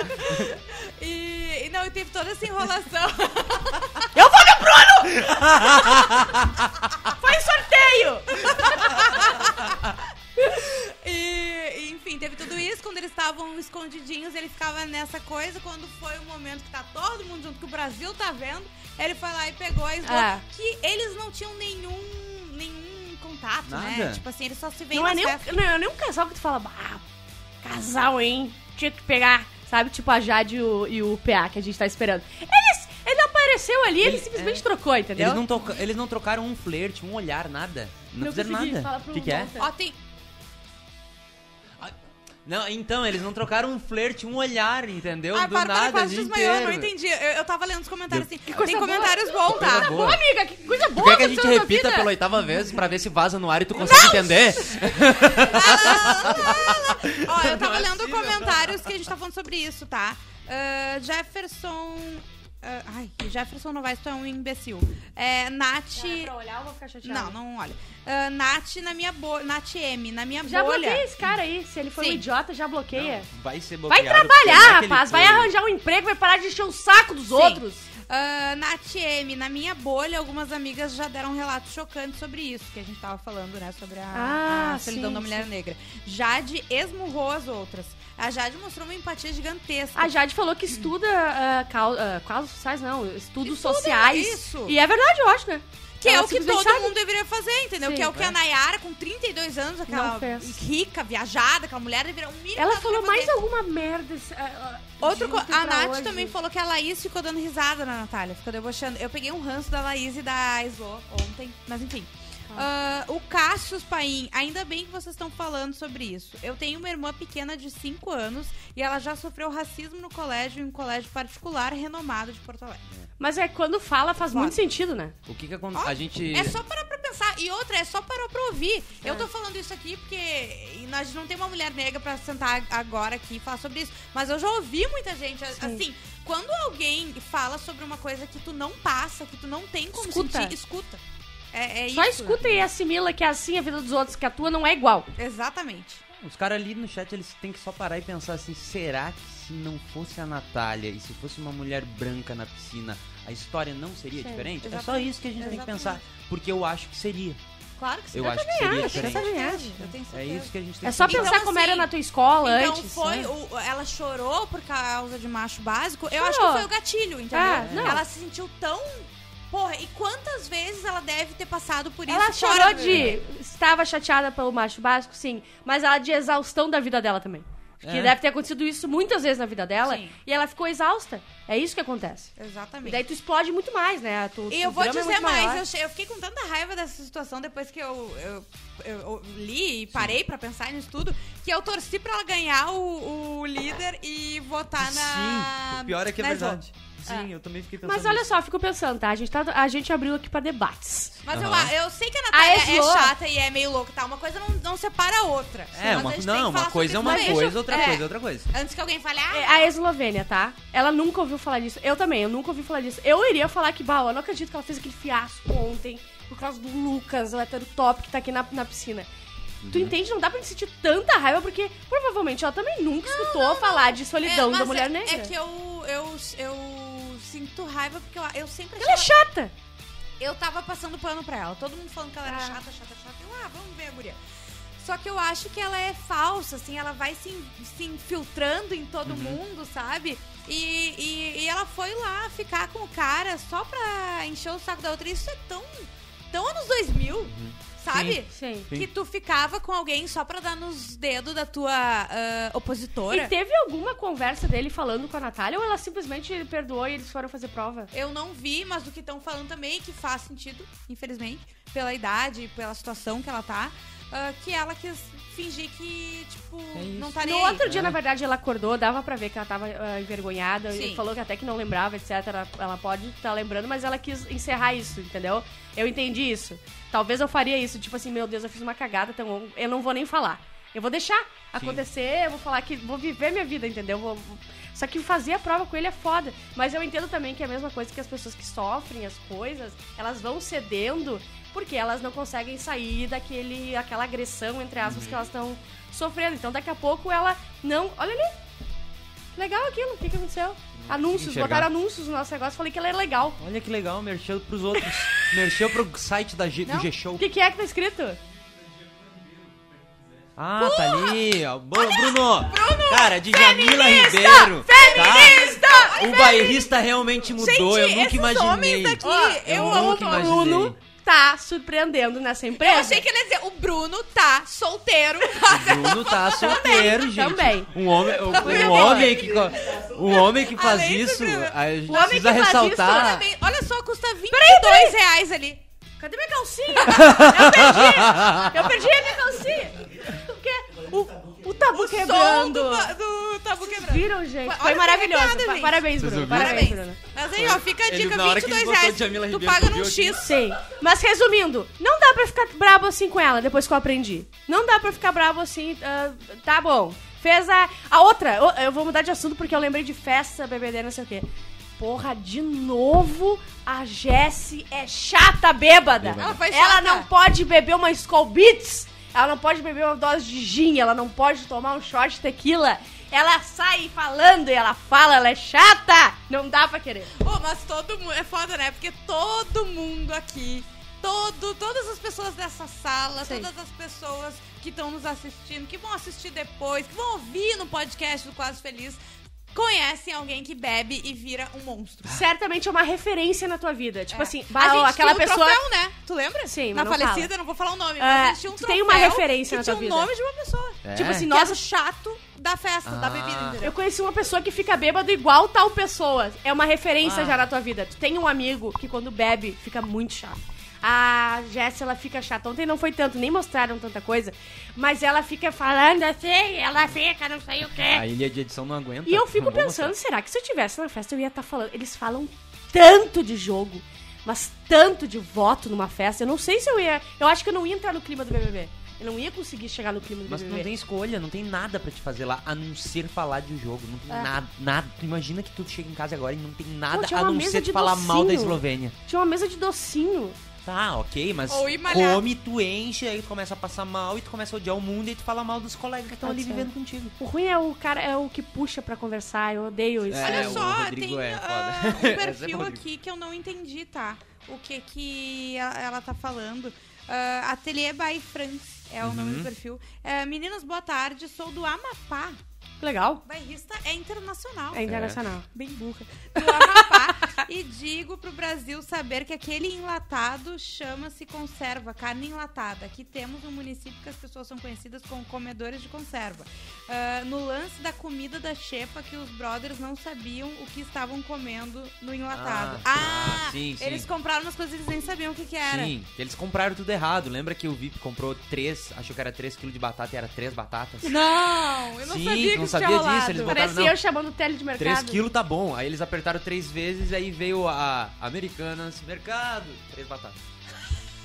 Speaker 2: E, e não, e teve toda essa enrolação.
Speaker 3: Foi sorteio!
Speaker 2: E, e, enfim, teve tudo isso. Quando eles estavam escondidinhos, ele ficava nessa coisa. Quando foi o momento que tá todo mundo junto, que o Brasil tá vendo, ele foi lá e pegou a esgoto.
Speaker 3: Ah.
Speaker 2: Que eles não tinham nenhum, nenhum contato, né?
Speaker 4: Nada.
Speaker 2: Tipo assim, eles só se veem
Speaker 3: Não é,
Speaker 2: nas
Speaker 3: nem
Speaker 2: festas.
Speaker 3: um, não é nem um casal que tu fala, bah, casal, hein? Tinha que pegar. Sabe, tipo a Jade e o, e o PA que a gente tá esperando. Eles, ele apareceu ali, ele,
Speaker 4: Ele- é.
Speaker 3: simplesmente trocou, entendeu?
Speaker 4: Eles não, toca- eles não trocaram um flerte, um olhar, nada. Não,
Speaker 3: Não
Speaker 4: fizeram
Speaker 3: consegui
Speaker 4: nada.
Speaker 3: falar
Speaker 4: O
Speaker 3: pro
Speaker 4: que, que é?
Speaker 3: Walter.
Speaker 2: Ó, tem...
Speaker 4: Não, então, eles não trocaram um flerte, um olhar, entendeu?
Speaker 2: a
Speaker 4: Do
Speaker 2: Bárbara
Speaker 4: nada,
Speaker 2: quase
Speaker 4: o dia
Speaker 2: desmaiou, eu não
Speaker 4: inteiro.
Speaker 2: entendi. Eu, eu tava lendo os comentários assim.
Speaker 3: coisa
Speaker 2: Tem
Speaker 3: boa.
Speaker 2: comentários bons,
Speaker 4: Coisa
Speaker 2: tá?
Speaker 4: boa.
Speaker 3: Ô, amiga, que coisa
Speaker 4: Tu
Speaker 3: boa
Speaker 4: quer que a
Speaker 3: aconteceu na
Speaker 4: gente
Speaker 3: tua
Speaker 4: repita
Speaker 3: vida?
Speaker 4: pela oitava vez pra ver se vaza no ar e tu consegue entender?
Speaker 2: Ó, eu tava
Speaker 4: Não é
Speaker 2: lendo
Speaker 4: possível.
Speaker 2: comentários que a gente tá falando sobre isso, tá? Ah, Jefferson. ah, ai, Jefferson Novaes, tu é um imbecil. É, Nath.
Speaker 3: Ah, é pra olhar, eu vou ficar chateada.
Speaker 2: Não, não olha. Ah, Nath na minha bolha. Nath M, na minha
Speaker 3: Já
Speaker 2: bolha.
Speaker 3: bloqueia esse cara aí. Se ele for um
Speaker 2: Sim.
Speaker 3: idiota, já bloqueia.
Speaker 4: Vai ser
Speaker 3: Vai
Speaker 4: bloqueado, porque é
Speaker 3: trabalhar,
Speaker 4: ele
Speaker 3: rapaz. Vai
Speaker 4: foi.
Speaker 3: arranjar um emprego, vai parar de encher o saco dos outros.
Speaker 2: Ah, Nath M, na minha bolha, algumas amigas já deram relatos chocantes sobre isso que a gente tava falando, né? Sobre a,
Speaker 3: Ah,
Speaker 2: a solidão
Speaker 3: sim,
Speaker 2: da mulher negra. Jade esmurrou as outras. A Jade mostrou uma empatia gigantesca.
Speaker 3: A Jade falou que estuda ah, cau- ah, causas sociais, não. Estudos
Speaker 2: Estuda
Speaker 3: sociais.
Speaker 2: isso.
Speaker 3: E é verdade, eu acho, né?
Speaker 2: Que
Speaker 3: Ela
Speaker 2: é o que
Speaker 3: simplesmente
Speaker 2: todo
Speaker 3: sabe.
Speaker 2: mundo deveria fazer, entendeu?
Speaker 3: Sim.
Speaker 2: que é o que a Nayara, com 32 anos, aquela
Speaker 3: Não fez.
Speaker 2: rica, viajada, aquela mulher, deveria o mínimo que
Speaker 3: Ela
Speaker 2: deveria
Speaker 3: falou mais
Speaker 2: tá fazer.
Speaker 3: alguma merda. esse- ah, ah,
Speaker 2: Outro
Speaker 3: de
Speaker 2: co-
Speaker 3: ontem
Speaker 2: A
Speaker 3: pra
Speaker 2: Nath
Speaker 3: hoje.
Speaker 2: também falou que a Laís ficou dando risada na Natália, ficou debochando. Eu peguei um ranço da Laís e da Islô ontem, mas enfim.
Speaker 3: Tá.
Speaker 2: Ah, o Cassius Paim, ainda bem que vocês estão falando sobre isso. Eu tenho uma irmã pequena de 5 anos e ela já sofreu racismo no colégio, em um colégio particular renomado de Porto Alegre.
Speaker 3: Mas é quando fala, faz
Speaker 2: Foda.
Speaker 3: muito sentido, né?
Speaker 4: O que que aconteceu? A gente...
Speaker 2: É só parar pra pensar. E outra, é só parar pra ouvir. Eu tô falando isso aqui porque nós não tem uma mulher negra pra sentar agora aqui e falar sobre isso. Mas eu já ouvi muita gente, a- assim... Quando alguém fala sobre uma coisa que tu não passa, que tu não tem como
Speaker 3: Escuta.
Speaker 2: sentir, escuta. É, é
Speaker 3: Só
Speaker 2: isso.
Speaker 3: escuta e assimila que é assim a vida dos outros, que a tua não é igual.
Speaker 2: Exatamente.
Speaker 4: Os caras ali no chat, eles têm que só parar e pensar assim, será que se não fosse a Natália e se fosse uma mulher branca na piscina, a história não seria
Speaker 3: Sim,
Speaker 4: diferente? É só
Speaker 2: exatamente,
Speaker 4: isso que a gente tem que
Speaker 2: exatamente.
Speaker 4: pensar, porque eu acho que seria.
Speaker 2: Claro que sim.
Speaker 4: Eu, acho que seria
Speaker 3: acho, eu
Speaker 2: né?
Speaker 4: diferente.
Speaker 3: também
Speaker 2: Eu tenho certeza.
Speaker 4: É isso que a gente tem
Speaker 3: É
Speaker 4: que
Speaker 3: só
Speaker 2: Então,
Speaker 3: pensar como
Speaker 2: assim,
Speaker 3: era na tua escola
Speaker 2: Então
Speaker 3: antes.
Speaker 2: foi.
Speaker 3: né?
Speaker 2: o- ela chorou por causa de macho básico. Eu acho que
Speaker 3: Chorou.
Speaker 2: foi o gatilho, entendeu?
Speaker 3: Ah, não.
Speaker 2: Ela se sentiu tão Porra, e quantas vezes ela deve ter passado por isso?
Speaker 3: Ela
Speaker 2: fora
Speaker 3: chorou de. Estava chateada pelo macho básico, sim. Mas ela de exaustão da vida dela também. Porque
Speaker 4: É.
Speaker 3: deve ter acontecido isso muitas vezes na vida dela.
Speaker 2: Sim.
Speaker 3: E ela ficou exausta. É isso que acontece. E
Speaker 2: Exatamente.
Speaker 3: daí tu explode muito mais, né? Tu, tu
Speaker 2: E eu vou
Speaker 3: drama é
Speaker 2: dizer
Speaker 3: muito maior.
Speaker 2: mais, eu, che- eu fiquei com tanta raiva dessa situação depois que eu, eu- eu- eu li e parei pra pensar nisso tudo, que eu torci pra ela ganhar o, o líder e votar na.
Speaker 4: Sim, o pior é que é
Speaker 2: na Ah. Slo.
Speaker 4: verdade. Sim, eu também fiquei pensando.
Speaker 3: Mas olha
Speaker 4: nisso.
Speaker 3: só, eu fico pensando, tá? A gente, tá, a gente abriu aqui pra debates.
Speaker 2: Mas
Speaker 4: Aham.
Speaker 2: eu, eu sei que
Speaker 3: Ah,
Speaker 2: a Natália é
Speaker 3: Slo.
Speaker 2: chata e é meio louca, tá? Uma coisa não, não separa a outra.
Speaker 4: É,
Speaker 2: Mas
Speaker 4: uma,
Speaker 2: a gente tem que
Speaker 4: não,
Speaker 2: falar
Speaker 4: uma coisa é
Speaker 2: sobre
Speaker 4: uma
Speaker 2: isso
Speaker 4: coisa,
Speaker 2: mesmo.
Speaker 4: outra
Speaker 2: É.
Speaker 4: coisa é outra coisa.
Speaker 2: Antes que alguém fale, ah,
Speaker 3: É, A Eslovênia, tá? Ela nunca ouviu falar disso. Eu também, eu nunca ouvi falar disso. Eu iria falar que, bah, eu não acredito que ela fez aquele fiasco ontem por causa do Lucas, o hétero top que tá aqui na, na piscina. Tu entende? Não dá pra gente sentir tanta raiva, porque provavelmente ela também nunca escutou falar de solidão da
Speaker 2: mas
Speaker 3: mulher
Speaker 2: é,
Speaker 3: negra.
Speaker 2: É que eu, eu, eu sinto raiva porque eu, eu sempre
Speaker 3: Ela é
Speaker 2: achava,
Speaker 3: chata.
Speaker 2: eu tava passando pano pra ela. Todo mundo falando que ela era
Speaker 3: Ah.
Speaker 2: chata, chata, chata. Eu, ah, vamos ver a guria. Só que eu acho que ela é falsa, assim, ela vai se, in- se infiltrando em todo mundo, sabe? E, e, e ela foi lá ficar com o cara só pra encher o saco da outra. Isso é tão, tão anos 2000, sabe?
Speaker 3: Sim.
Speaker 4: Sim.
Speaker 2: Que tu ficava com alguém só pra dar nos dedos da tua ah, opositora.
Speaker 3: E teve alguma conversa dele falando com a Natália ou ela simplesmente perdoou e eles foram fazer prova?
Speaker 2: Eu não vi, mas o que estão falando também, que faz sentido, infelizmente, pela idade, pela situação que ela tá, ah, que ela quis fingir que, tipo,
Speaker 4: É isso.
Speaker 2: não tá
Speaker 3: No
Speaker 2: nem aí.
Speaker 3: outro dia, na verdade, ela acordou, dava pra ver que ela tava ah, envergonhada,
Speaker 2: Sim.
Speaker 3: e falou que até que não lembrava, etc. Ela, ela pode estar lembrando, mas ela quis encerrar isso, entendeu? Eu entendi isso. Talvez eu faria isso, tipo assim, meu Deus, eu fiz uma cagada, então eu- eu não vou nem falar. Eu vou deixar acontecer, eu vou falar que vou viver minha vida, entendeu? Vou- vou- Só que fazer a prova com ele é foda. Mas eu entendo também que é a mesma coisa que as pessoas que sofrem as coisas, elas vão cedendo porque elas não conseguem sair daquele aquela agressão, entre aspas,
Speaker 4: Uhum.
Speaker 3: que elas estão sofrendo. Então daqui a pouco ela não. Olha ali! Legal aquilo, o que, que aconteceu? Anúncios,
Speaker 4: enxergar.
Speaker 3: botaram anúncios no nosso negócio, falei que ela era legal.
Speaker 4: Olha que legal, mercheu pros outros. mercheu pro site da G, do
Speaker 2: Não.
Speaker 3: O
Speaker 4: G-Show.
Speaker 3: que, que é que tá escrito?
Speaker 4: Ah, tá ali. ó. Bo- Bruno. Cara, de Jamila Ribeiro.
Speaker 2: Feminista!
Speaker 4: Tá? O bairrista realmente mudou, eu nunca
Speaker 2: esses
Speaker 4: imaginei.
Speaker 2: homens daqui, eu,
Speaker 4: eu
Speaker 2: amo.
Speaker 4: nunca imaginei.
Speaker 3: Bruno tá surpreendendo nessa
Speaker 2: Eu
Speaker 3: empresa.
Speaker 2: achei que ele ia dizer, o Bruno tá solteiro.
Speaker 4: O Bruno tá solteiro, gente.
Speaker 3: Também.
Speaker 4: Um homem, um,
Speaker 3: Também. é
Speaker 4: homem que um homem que faz
Speaker 2: Além do
Speaker 4: isso,
Speaker 2: primeiro.
Speaker 4: a gente
Speaker 3: O homem
Speaker 4: precisa
Speaker 3: que faz isso, é
Speaker 2: Olha
Speaker 4: ressaltar.
Speaker 2: bem, Olha só, custa 22 reais ali.
Speaker 3: Cadê minha calcinha? Eu perdi! Eu perdi a minha calcinha! Porque o, o tabu
Speaker 2: Som
Speaker 3: quebrando.
Speaker 2: do, ba- do tabu quebrando.
Speaker 3: Viram, gente?
Speaker 2: Olha
Speaker 3: Foi
Speaker 2: essa
Speaker 3: maravilhoso.
Speaker 2: recada,
Speaker 3: Pa-
Speaker 2: gente.
Speaker 3: Parabéns,
Speaker 4: Vocês
Speaker 3: Bruno.
Speaker 4: ouviram?
Speaker 3: Parabéns,
Speaker 2: Parabéns.
Speaker 3: Bruno.
Speaker 2: Mas aí, ó, fica a
Speaker 4: Ele-
Speaker 2: dica,
Speaker 4: na hora que ele
Speaker 2: 22
Speaker 4: botou
Speaker 2: reais.
Speaker 4: Jamila
Speaker 2: Tu
Speaker 4: Ribeiro,
Speaker 2: paga
Speaker 4: tu
Speaker 2: num
Speaker 4: viu
Speaker 2: X.
Speaker 3: Sei. Mas resumindo, não dá pra ficar brabo assim com ela depois que eu aprendi. Não dá pra ficar brabo assim. ah, tá bom. Fez a. A outra, o- eu vou mudar de assunto porque eu lembrei de festa, bebedeira, não sei o quê. Porra, de novo a Jessie é chata bêbada.
Speaker 4: Bêbada.
Speaker 2: Ela foi
Speaker 3: Ela
Speaker 2: chata.
Speaker 3: não pode beber uma Skull Beats. Ela não pode beber uma dose de gin. Ela não pode tomar um shot de tequila. Ela sai falando e ela fala, ela é chata. Não dá pra querer.
Speaker 2: Pô, mas todo mundo. É foda, né? Porque todo mundo aqui, todo, todas as pessoas dessa sala,
Speaker 3: Sim.
Speaker 2: todas as pessoas que estão nos assistindo, que vão assistir depois, que vão ouvir no podcast do Quase Feliz, conhecem alguém que bebe e vira um monstro.
Speaker 3: certamente é uma referência na tua vida. Tipo
Speaker 2: É.
Speaker 3: assim,
Speaker 2: a
Speaker 3: bah,
Speaker 2: gente
Speaker 3: ó, aquela
Speaker 2: tinha um
Speaker 3: pessoa.
Speaker 2: troféu, né? Tu lembra?
Speaker 3: Sim,
Speaker 2: Na
Speaker 3: mas não
Speaker 2: falecida,
Speaker 3: fala.
Speaker 2: não vou falar o nome,
Speaker 3: É,
Speaker 2: mas a gente tinha um
Speaker 3: tu
Speaker 2: troféu
Speaker 3: tem uma
Speaker 2: que
Speaker 3: referência na
Speaker 2: tinha o
Speaker 3: tua vida.
Speaker 2: nome de uma pessoa.
Speaker 4: É?
Speaker 3: Tipo assim,
Speaker 2: Que era
Speaker 3: nossa,
Speaker 2: o chato da festa, da
Speaker 4: Ah.
Speaker 2: bebida, entendeu?
Speaker 3: eu conheci uma pessoa que fica bêbada igual tal pessoa. É uma referência
Speaker 4: Ah.
Speaker 3: já na tua vida. Tu tem um amigo que quando bebe fica muito chato. A Jéssica, ela fica chata. Ontem não foi tanto, nem mostraram tanta coisa. Mas ela fica falando assim, ela fica não sei o quê.
Speaker 4: A ilha de edição não aguenta.
Speaker 3: E eu fico
Speaker 4: Não vou
Speaker 3: pensando, será que se eu tivesse na festa eu ia estar falando? Eles falam tanto de jogo, mas tanto de voto numa festa. Eu não sei se eu ia. Eu acho que eu não ia entrar no clima do BBB. Eu não ia conseguir chegar no clima do
Speaker 4: Mas tu
Speaker 3: BBB.
Speaker 4: não tem escolha, não tem nada pra te fazer lá, a não ser falar de jogo. Não tem nada, nada. Tu imagina que tu chega em casa agora e não tem nada
Speaker 3: É. Pô, tinha
Speaker 4: a
Speaker 3: uma
Speaker 4: não
Speaker 3: mesa
Speaker 4: ser
Speaker 3: de
Speaker 4: tu falar mal da
Speaker 3: docinho.
Speaker 4: Eslovênia.
Speaker 3: Tinha uma mesa de docinho.
Speaker 4: Tá, ok, mas
Speaker 2: Ou ir malhar.
Speaker 4: come, tu enche, aí tu começa a passar mal e tu começa a odiar o mundo e tu fala mal dos colegas que estão
Speaker 3: Pode
Speaker 4: ali
Speaker 3: ser.
Speaker 4: vivendo contigo.
Speaker 3: O ruim é o cara, é o que puxa pra conversar. Eu odeio isso.
Speaker 4: É,
Speaker 2: Olha
Speaker 4: o
Speaker 2: só,
Speaker 4: Rodrigo
Speaker 2: tem
Speaker 4: é
Speaker 2: ah,
Speaker 4: foda.
Speaker 2: um
Speaker 4: Esse é
Speaker 2: perfil
Speaker 4: o Rodrigo.
Speaker 2: aqui que eu não entendi, tá? O que que ela, ela tá falando. Ah, Atelier by France é o
Speaker 4: Uhum.
Speaker 2: nome do perfil. Ah, meninas, boa tarde. Sou do Amapá.
Speaker 3: Legal.
Speaker 2: Bairrista é internacional.
Speaker 3: É internacional.
Speaker 2: Bem burra. Do Amapá. E digo pro Brasil saber que aquele enlatado chama-se conserva, carne enlatada. Aqui temos um município que as pessoas são conhecidas como comedores de conserva. Ah, no lance da comida da Xepa, que os brothers não sabiam o que estavam comendo no enlatado.
Speaker 4: Ah, sim, sim.
Speaker 2: eles compraram umas coisas que eles nem sabiam o que, que era.
Speaker 4: Sim, eles compraram tudo errado. Lembra que o VIP comprou três, achou que era 3 quilos de batata e era três batatas?
Speaker 2: Não, eu não
Speaker 4: Sim,
Speaker 2: sabia que
Speaker 4: não
Speaker 2: isso
Speaker 4: sabia
Speaker 2: tinha
Speaker 4: disso,
Speaker 2: rolado.
Speaker 4: eles botaram-
Speaker 3: Parece
Speaker 4: não.
Speaker 3: eu chamando o tele de
Speaker 4: 3
Speaker 3: mercado.
Speaker 4: quilos tá bom. Aí eles apertaram três vezes, aí veio a Americanas, mercado, três batatas.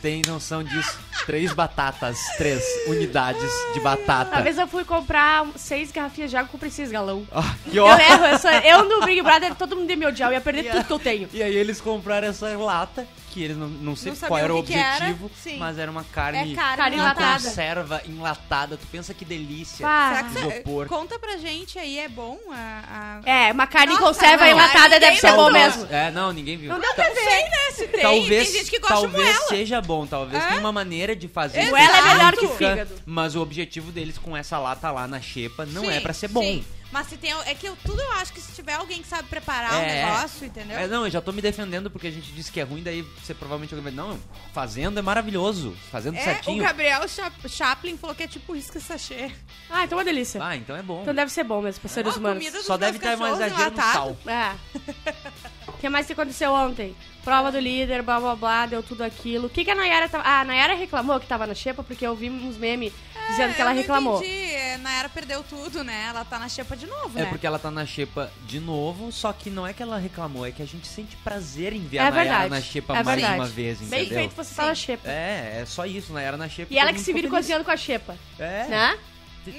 Speaker 4: Tem noção disso? Três batatas, três unidades de
Speaker 3: Uma
Speaker 4: batata.
Speaker 3: vez eu fui comprar um, seis garrafinhas de água, comprei seis galão.
Speaker 4: Ah, que
Speaker 3: Eu
Speaker 4: ótimo!
Speaker 3: erro, eu, sou, eu no Big Brother, todo mundo ia me odiar, eu ia perder
Speaker 4: Yeah.
Speaker 3: tudo que eu tenho.
Speaker 4: E aí eles compraram essa lata, que eles não, não sei
Speaker 2: Não
Speaker 4: qual
Speaker 2: sabiam
Speaker 4: era o
Speaker 2: o que que era,
Speaker 4: objetivo,
Speaker 2: sim.
Speaker 4: mas era uma carne,
Speaker 2: É carne,
Speaker 3: Carne
Speaker 4: uma
Speaker 2: enlatada.
Speaker 4: conserva enlatada. Tu pensa que delícia.
Speaker 3: Pá.
Speaker 2: Será que você-
Speaker 4: Isopor.
Speaker 2: Conta pra gente aí, é bom a... a-
Speaker 3: É, uma carne em
Speaker 2: Nossa,
Speaker 3: conserva
Speaker 2: não,
Speaker 3: enlatada
Speaker 2: aí
Speaker 3: deve ser bom
Speaker 2: ninguém vai
Speaker 3: mesmo.
Speaker 2: gostar.
Speaker 4: É, não, ninguém viu.
Speaker 3: deu pra ver.
Speaker 2: Tem,
Speaker 4: talvez
Speaker 2: né, tem gente que gosta
Speaker 4: talvez
Speaker 2: moela.
Speaker 4: seja bom, talvez tenha uma maneira de fazer.
Speaker 2: Exato.
Speaker 3: Moela é melhor que
Speaker 4: Fica-
Speaker 3: fígado.
Speaker 4: Mas o objetivo deles com essa lata lá na xepa não é
Speaker 2: Sim,
Speaker 4: pra ser bom.
Speaker 2: sim. Mas se tem. É que eu, tudo eu acho que se tiver alguém que sabe preparar o
Speaker 4: É,
Speaker 2: um negócio, entendeu?
Speaker 4: É, não, eu já tô me defendendo porque a gente disse que é ruim, daí você provavelmente alguém vai. Não, fazendo é maravilhoso. Fazendo
Speaker 2: É, o
Speaker 4: certinho.
Speaker 2: Gabriel Cha- Chaplin falou que é tipo isca e sachê.
Speaker 3: Ah, então é uma delícia.
Speaker 4: Ah, então é bom.
Speaker 3: Então deve ser bom mesmo, pra seres
Speaker 2: Ó,
Speaker 3: humanos.
Speaker 2: comida dos
Speaker 4: Só deve
Speaker 2: meus
Speaker 4: ter mais
Speaker 2: cachorros
Speaker 4: exagero no
Speaker 2: enlatado.
Speaker 4: sal.
Speaker 3: É. O que mais que aconteceu ontem? Prova do líder, blá blá blá, deu tudo aquilo. O que, que a Nayara tava. Ah, a Nayara reclamou que tava na xepa, porque eu vi uns memes
Speaker 2: É,
Speaker 3: dizendo que ela
Speaker 2: eu não
Speaker 3: reclamou.
Speaker 2: Entendi. é, Nayara perdeu tudo, né? Ela tá na xepa de novo,
Speaker 4: É
Speaker 2: né?
Speaker 4: porque ela tá na xepa de novo, só que não é que ela reclamou, é que a gente sente prazer em ver
Speaker 3: é
Speaker 4: a Nayara
Speaker 3: verdade.
Speaker 4: na xepa
Speaker 3: é
Speaker 4: mais
Speaker 3: verdade.
Speaker 4: uma vez,
Speaker 3: Bem
Speaker 4: entendeu?
Speaker 3: feito você tá na xepa.
Speaker 4: É, é só isso, Nayara na xepa.
Speaker 3: E ela
Speaker 4: todo
Speaker 3: que
Speaker 4: mundo
Speaker 3: se vira
Speaker 4: ficou feliz.
Speaker 3: cozinhando com a xepa,
Speaker 4: É,
Speaker 3: né?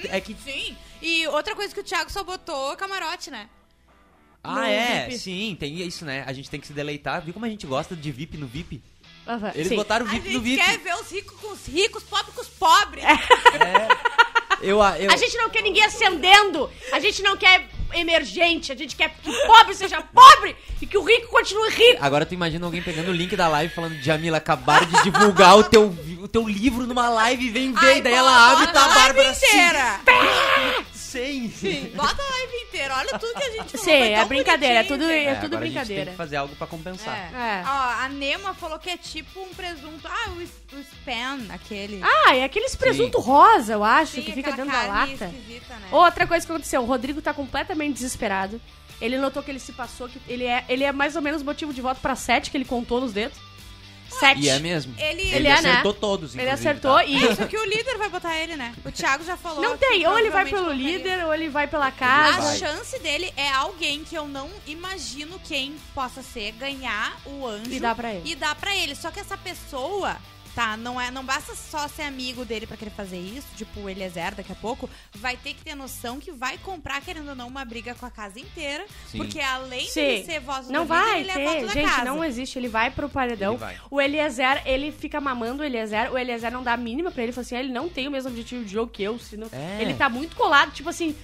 Speaker 4: é que
Speaker 2: Sim. E outra coisa que o Thiago só botou camarote, né?
Speaker 4: Ah,
Speaker 3: no
Speaker 4: é?
Speaker 3: VIP.
Speaker 4: Sim, tem isso, né? A gente tem que se deleitar. Viu como a gente gosta de VIP no VIP?
Speaker 3: Aham,
Speaker 4: Eles
Speaker 3: Sim.
Speaker 4: botaram o
Speaker 2: A
Speaker 4: VIP no
Speaker 2: gente
Speaker 4: VIP.
Speaker 2: quer ver os ricos com os ricos, pobres com os pobres.
Speaker 4: É, Eu, ah, eu...
Speaker 3: A gente não quer ninguém acendendo, a gente não quer emergente, a gente quer que o pobre seja pobre e que o rico continue rico.
Speaker 4: Agora tu imagina alguém pegando o link da live falando, Jamila, acabaram de divulgar o teu, o teu livro numa live, vem ver.
Speaker 2: Ai,
Speaker 4: E daí
Speaker 2: bota
Speaker 4: ela abre e tá a
Speaker 2: live
Speaker 4: Bárbara
Speaker 2: inteira.
Speaker 4: Sim.
Speaker 2: Bota a live inteira. Olha tudo que a gente falou.
Speaker 3: Sim,
Speaker 2: foi tão
Speaker 3: é brincadeira, é
Speaker 2: bonitinho,
Speaker 3: tudo,
Speaker 4: É,
Speaker 3: é tudo
Speaker 4: agora a gente tem
Speaker 3: brincadeira.
Speaker 4: que fazer algo pra compensar.
Speaker 2: É.
Speaker 3: É.
Speaker 2: Ó, a Nema falou que é tipo um presunto. Ah, o, s- o spam, aquele.
Speaker 3: Ah, é aqueles presunto rosa, eu acho,
Speaker 2: Sim,
Speaker 3: que fica
Speaker 2: aquela
Speaker 3: dentro da
Speaker 2: carne
Speaker 3: lata.
Speaker 2: esquisita, né?
Speaker 3: Outra coisa que aconteceu, o Rodrigo tá completamente desesperado. Ele notou que ele se passou, que ele é, ele é mais ou menos motivo de voto pra sete, que ele contou nos dedos.
Speaker 2: Ah.
Speaker 3: Sete.
Speaker 4: E é mesmo.
Speaker 2: Ele-
Speaker 4: ele,
Speaker 2: Ele
Speaker 3: é, né?
Speaker 4: acertou todos,
Speaker 3: ele
Speaker 4: inclusive.
Speaker 3: acertou
Speaker 4: tá?
Speaker 3: e.
Speaker 2: É, só que o líder vai botar ele, né? O Thiago já falou.
Speaker 3: Não
Speaker 2: que
Speaker 3: tem, ou ele vai
Speaker 2: provavelmente
Speaker 3: pelo
Speaker 2: botaria.
Speaker 3: líder, ou ele vai pela
Speaker 2: A
Speaker 3: casa.
Speaker 4: Vai.
Speaker 2: chance dele é alguém que eu não imagino quem possa ser ganhar o anjo
Speaker 3: E dá pra ele.
Speaker 2: e dar pra ele. Só que essa pessoa, tá? Não é, não basta só ser amigo dele pra querer fazer isso, tipo ele é zero daqui a pouco, vai ter que ter noção que vai comprar querendo ou não uma briga com a casa inteira,
Speaker 4: Sim.
Speaker 2: porque além de
Speaker 3: Sim.
Speaker 2: dele ser voz do
Speaker 3: Não
Speaker 2: líder,
Speaker 3: vai
Speaker 2: ele é voto
Speaker 3: ter,
Speaker 2: da
Speaker 3: gente,
Speaker 2: casa.
Speaker 3: não existe. Ele vai pro paredão.
Speaker 4: Ele vai.
Speaker 3: O Eliezer, ele fica mamando o Eliezer. O Eliezer não dá a mínima pra ele. Fala assim, ah, ele não tem o mesmo objetivo de jogo que eu. senão-
Speaker 4: É.
Speaker 3: Ele tá muito colado. Tipo assim,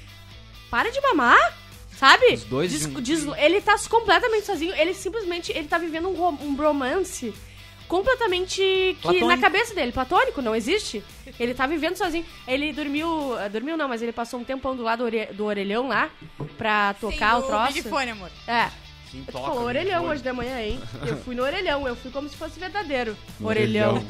Speaker 3: para de mamar, sabe?
Speaker 4: Os dois
Speaker 3: Des-
Speaker 4: juntos.
Speaker 3: des- Ele tá completamente sozinho. Ele simplesmente, ele tá vivendo um, ro- um romance completamente que
Speaker 4: Platônico.
Speaker 3: na cabeça dele, platônico, não existe. Ele tá vivendo sozinho. Ele dormiu, ah, dormiu não, mas ele passou um tempão do lado do ore- do orelhão lá pra
Speaker 2: Sim,
Speaker 3: tocar o
Speaker 2: do
Speaker 3: troço.
Speaker 2: Big Fone, amor.
Speaker 3: É.
Speaker 4: Sim,
Speaker 3: Tu
Speaker 4: toca,
Speaker 3: falou
Speaker 4: né?
Speaker 3: orelhão
Speaker 4: Foi.
Speaker 3: hoje da manhã, hein? Eu fui no orelhão, eu fui como se fosse verdadeiro.
Speaker 4: No
Speaker 3: Orelhão.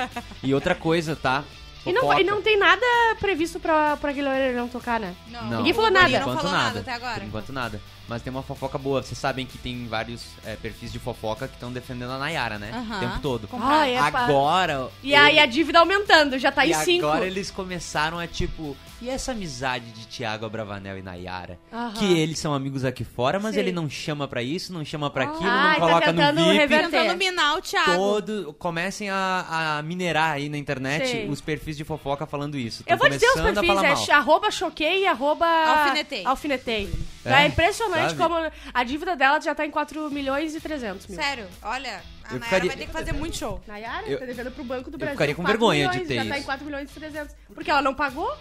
Speaker 4: E outra coisa, tá?
Speaker 3: E, não,
Speaker 4: Fofoca.
Speaker 3: e não tem nada previsto pra, pra aquele orelhão tocar, né?
Speaker 2: Não,
Speaker 4: Não.
Speaker 3: Ninguém falou
Speaker 2: o
Speaker 3: nada.
Speaker 2: Guri não
Speaker 4: Por
Speaker 2: falou nada até agora.
Speaker 4: Por enquanto nada. Mas tem uma fofoca boa. Vocês sabem que tem vários é, perfis de fofoca que estão defendendo a Nayara, né?
Speaker 2: Aham.
Speaker 4: O tempo todo.
Speaker 3: Ah, é, pá.
Speaker 4: Agora.
Speaker 3: E aí
Speaker 4: ele-
Speaker 3: a dívida aumentando, já tá
Speaker 4: e
Speaker 3: em 5.
Speaker 4: agora eles começaram a tipo. E essa amizade de Tiago Abravanel e Nayara?
Speaker 3: Aham.
Speaker 4: Que eles são amigos aqui fora, mas
Speaker 3: Sim.
Speaker 4: ele não chama pra isso, não chama pra aquilo,
Speaker 3: Ah,
Speaker 4: não
Speaker 3: ele tá
Speaker 4: coloca
Speaker 3: tentando
Speaker 4: no VIP.
Speaker 3: rever-
Speaker 2: Tentando minar o Thiago.
Speaker 4: Todo, comecem a, a minerar aí na internet
Speaker 3: Sim.
Speaker 4: os perfis de fofoca falando isso.
Speaker 3: Eu
Speaker 4: Tão
Speaker 3: vou dizer os
Speaker 4: tá começando a
Speaker 3: perfis,
Speaker 4: falar
Speaker 3: é
Speaker 4: mal.
Speaker 3: ch- arroba choquei e arroba...
Speaker 2: Alfinetei.
Speaker 3: Alfinetei.
Speaker 4: É,
Speaker 3: É, impressionante
Speaker 4: sabe?
Speaker 3: como a dívida dela já tá em 4 milhões e 300 mil.
Speaker 2: Sério, olha, a
Speaker 4: Eu
Speaker 2: Nayara
Speaker 4: ficaria-
Speaker 2: vai ter que fazer muito show.
Speaker 3: Nayara
Speaker 4: Eu-
Speaker 3: tá devendo pro Banco do Brasil
Speaker 4: ficaria com
Speaker 3: 4
Speaker 4: vergonha de
Speaker 3: milhões,
Speaker 4: ter
Speaker 3: já tá em
Speaker 4: isso.
Speaker 3: 4 milhões e 300. Porque ela não pagou?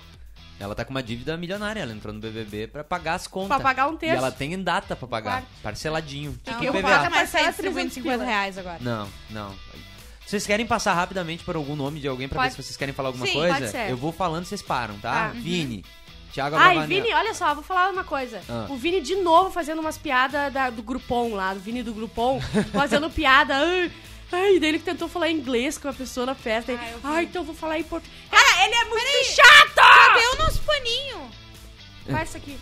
Speaker 4: Ela tá com uma dívida milionária, ela entrou no BBB pra pagar as contas.
Speaker 3: Pra pagar um terço.
Speaker 4: E ela tem data pra pagar,
Speaker 3: Quarto.
Speaker 4: parceladinho.
Speaker 2: Não,
Speaker 4: Tipo
Speaker 3: eu
Speaker 4: PVA.
Speaker 3: vou pagar
Speaker 2: não mais sair
Speaker 3: 300
Speaker 2: distribuindo 50
Speaker 3: pila.
Speaker 2: reais agora.
Speaker 4: Não, não. Vocês querem passar rapidamente por algum nome de alguém pra
Speaker 3: Pode-
Speaker 4: ver se vocês querem falar alguma
Speaker 2: Sim,
Speaker 4: coisa?
Speaker 3: pode ser.
Speaker 4: Eu vou falando, vocês param,
Speaker 3: Tá.
Speaker 4: tá? Vini, Thiago
Speaker 3: Ai,
Speaker 4: Abravanel.
Speaker 3: Vini, olha só, vou falar uma coisa.
Speaker 4: Ah.
Speaker 3: O Vini de novo fazendo umas piadas da- do Grupom lá, do Vini do Grupom, fazendo piada. Ai, ai, daí ele tentou falar inglês com a pessoa na festa.
Speaker 2: Ah,
Speaker 3: ai,
Speaker 2: eu vi.
Speaker 3: ai, então eu vou falar em português.
Speaker 2: Cara, ele é muito
Speaker 3: Chato!
Speaker 2: Cadê o nosso paninho?
Speaker 3: Faz isso aqui.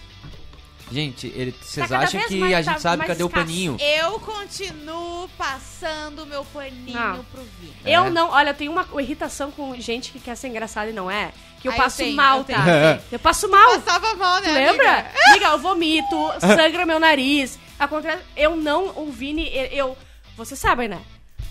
Speaker 4: Gente, ele- vocês
Speaker 3: Tá cada
Speaker 4: acham
Speaker 3: vez
Speaker 4: que
Speaker 3: mais
Speaker 4: a gente
Speaker 3: tá-
Speaker 4: sabe
Speaker 3: mais
Speaker 4: cadê o
Speaker 3: escasso.
Speaker 4: paninho?
Speaker 2: Eu continuo passando meu paninho
Speaker 3: Não.
Speaker 2: pro Vini.
Speaker 4: É.
Speaker 3: Eu não, olha, eu tenho uma irritação com gente que quer ser engraçada e não é. Que eu
Speaker 2: Ah, eu
Speaker 3: passo
Speaker 2: tenho,
Speaker 3: mal,
Speaker 2: eu tenho,
Speaker 3: tá?
Speaker 4: eu
Speaker 3: Eu passo mal.
Speaker 2: Passava mal, né?
Speaker 3: Tu lembra?
Speaker 2: amiga?
Speaker 4: Ah.
Speaker 3: Amiga, eu vomito, sangra meu nariz. Acontece. Eu não, o Vini, eu. eu- Vocês sabem, né?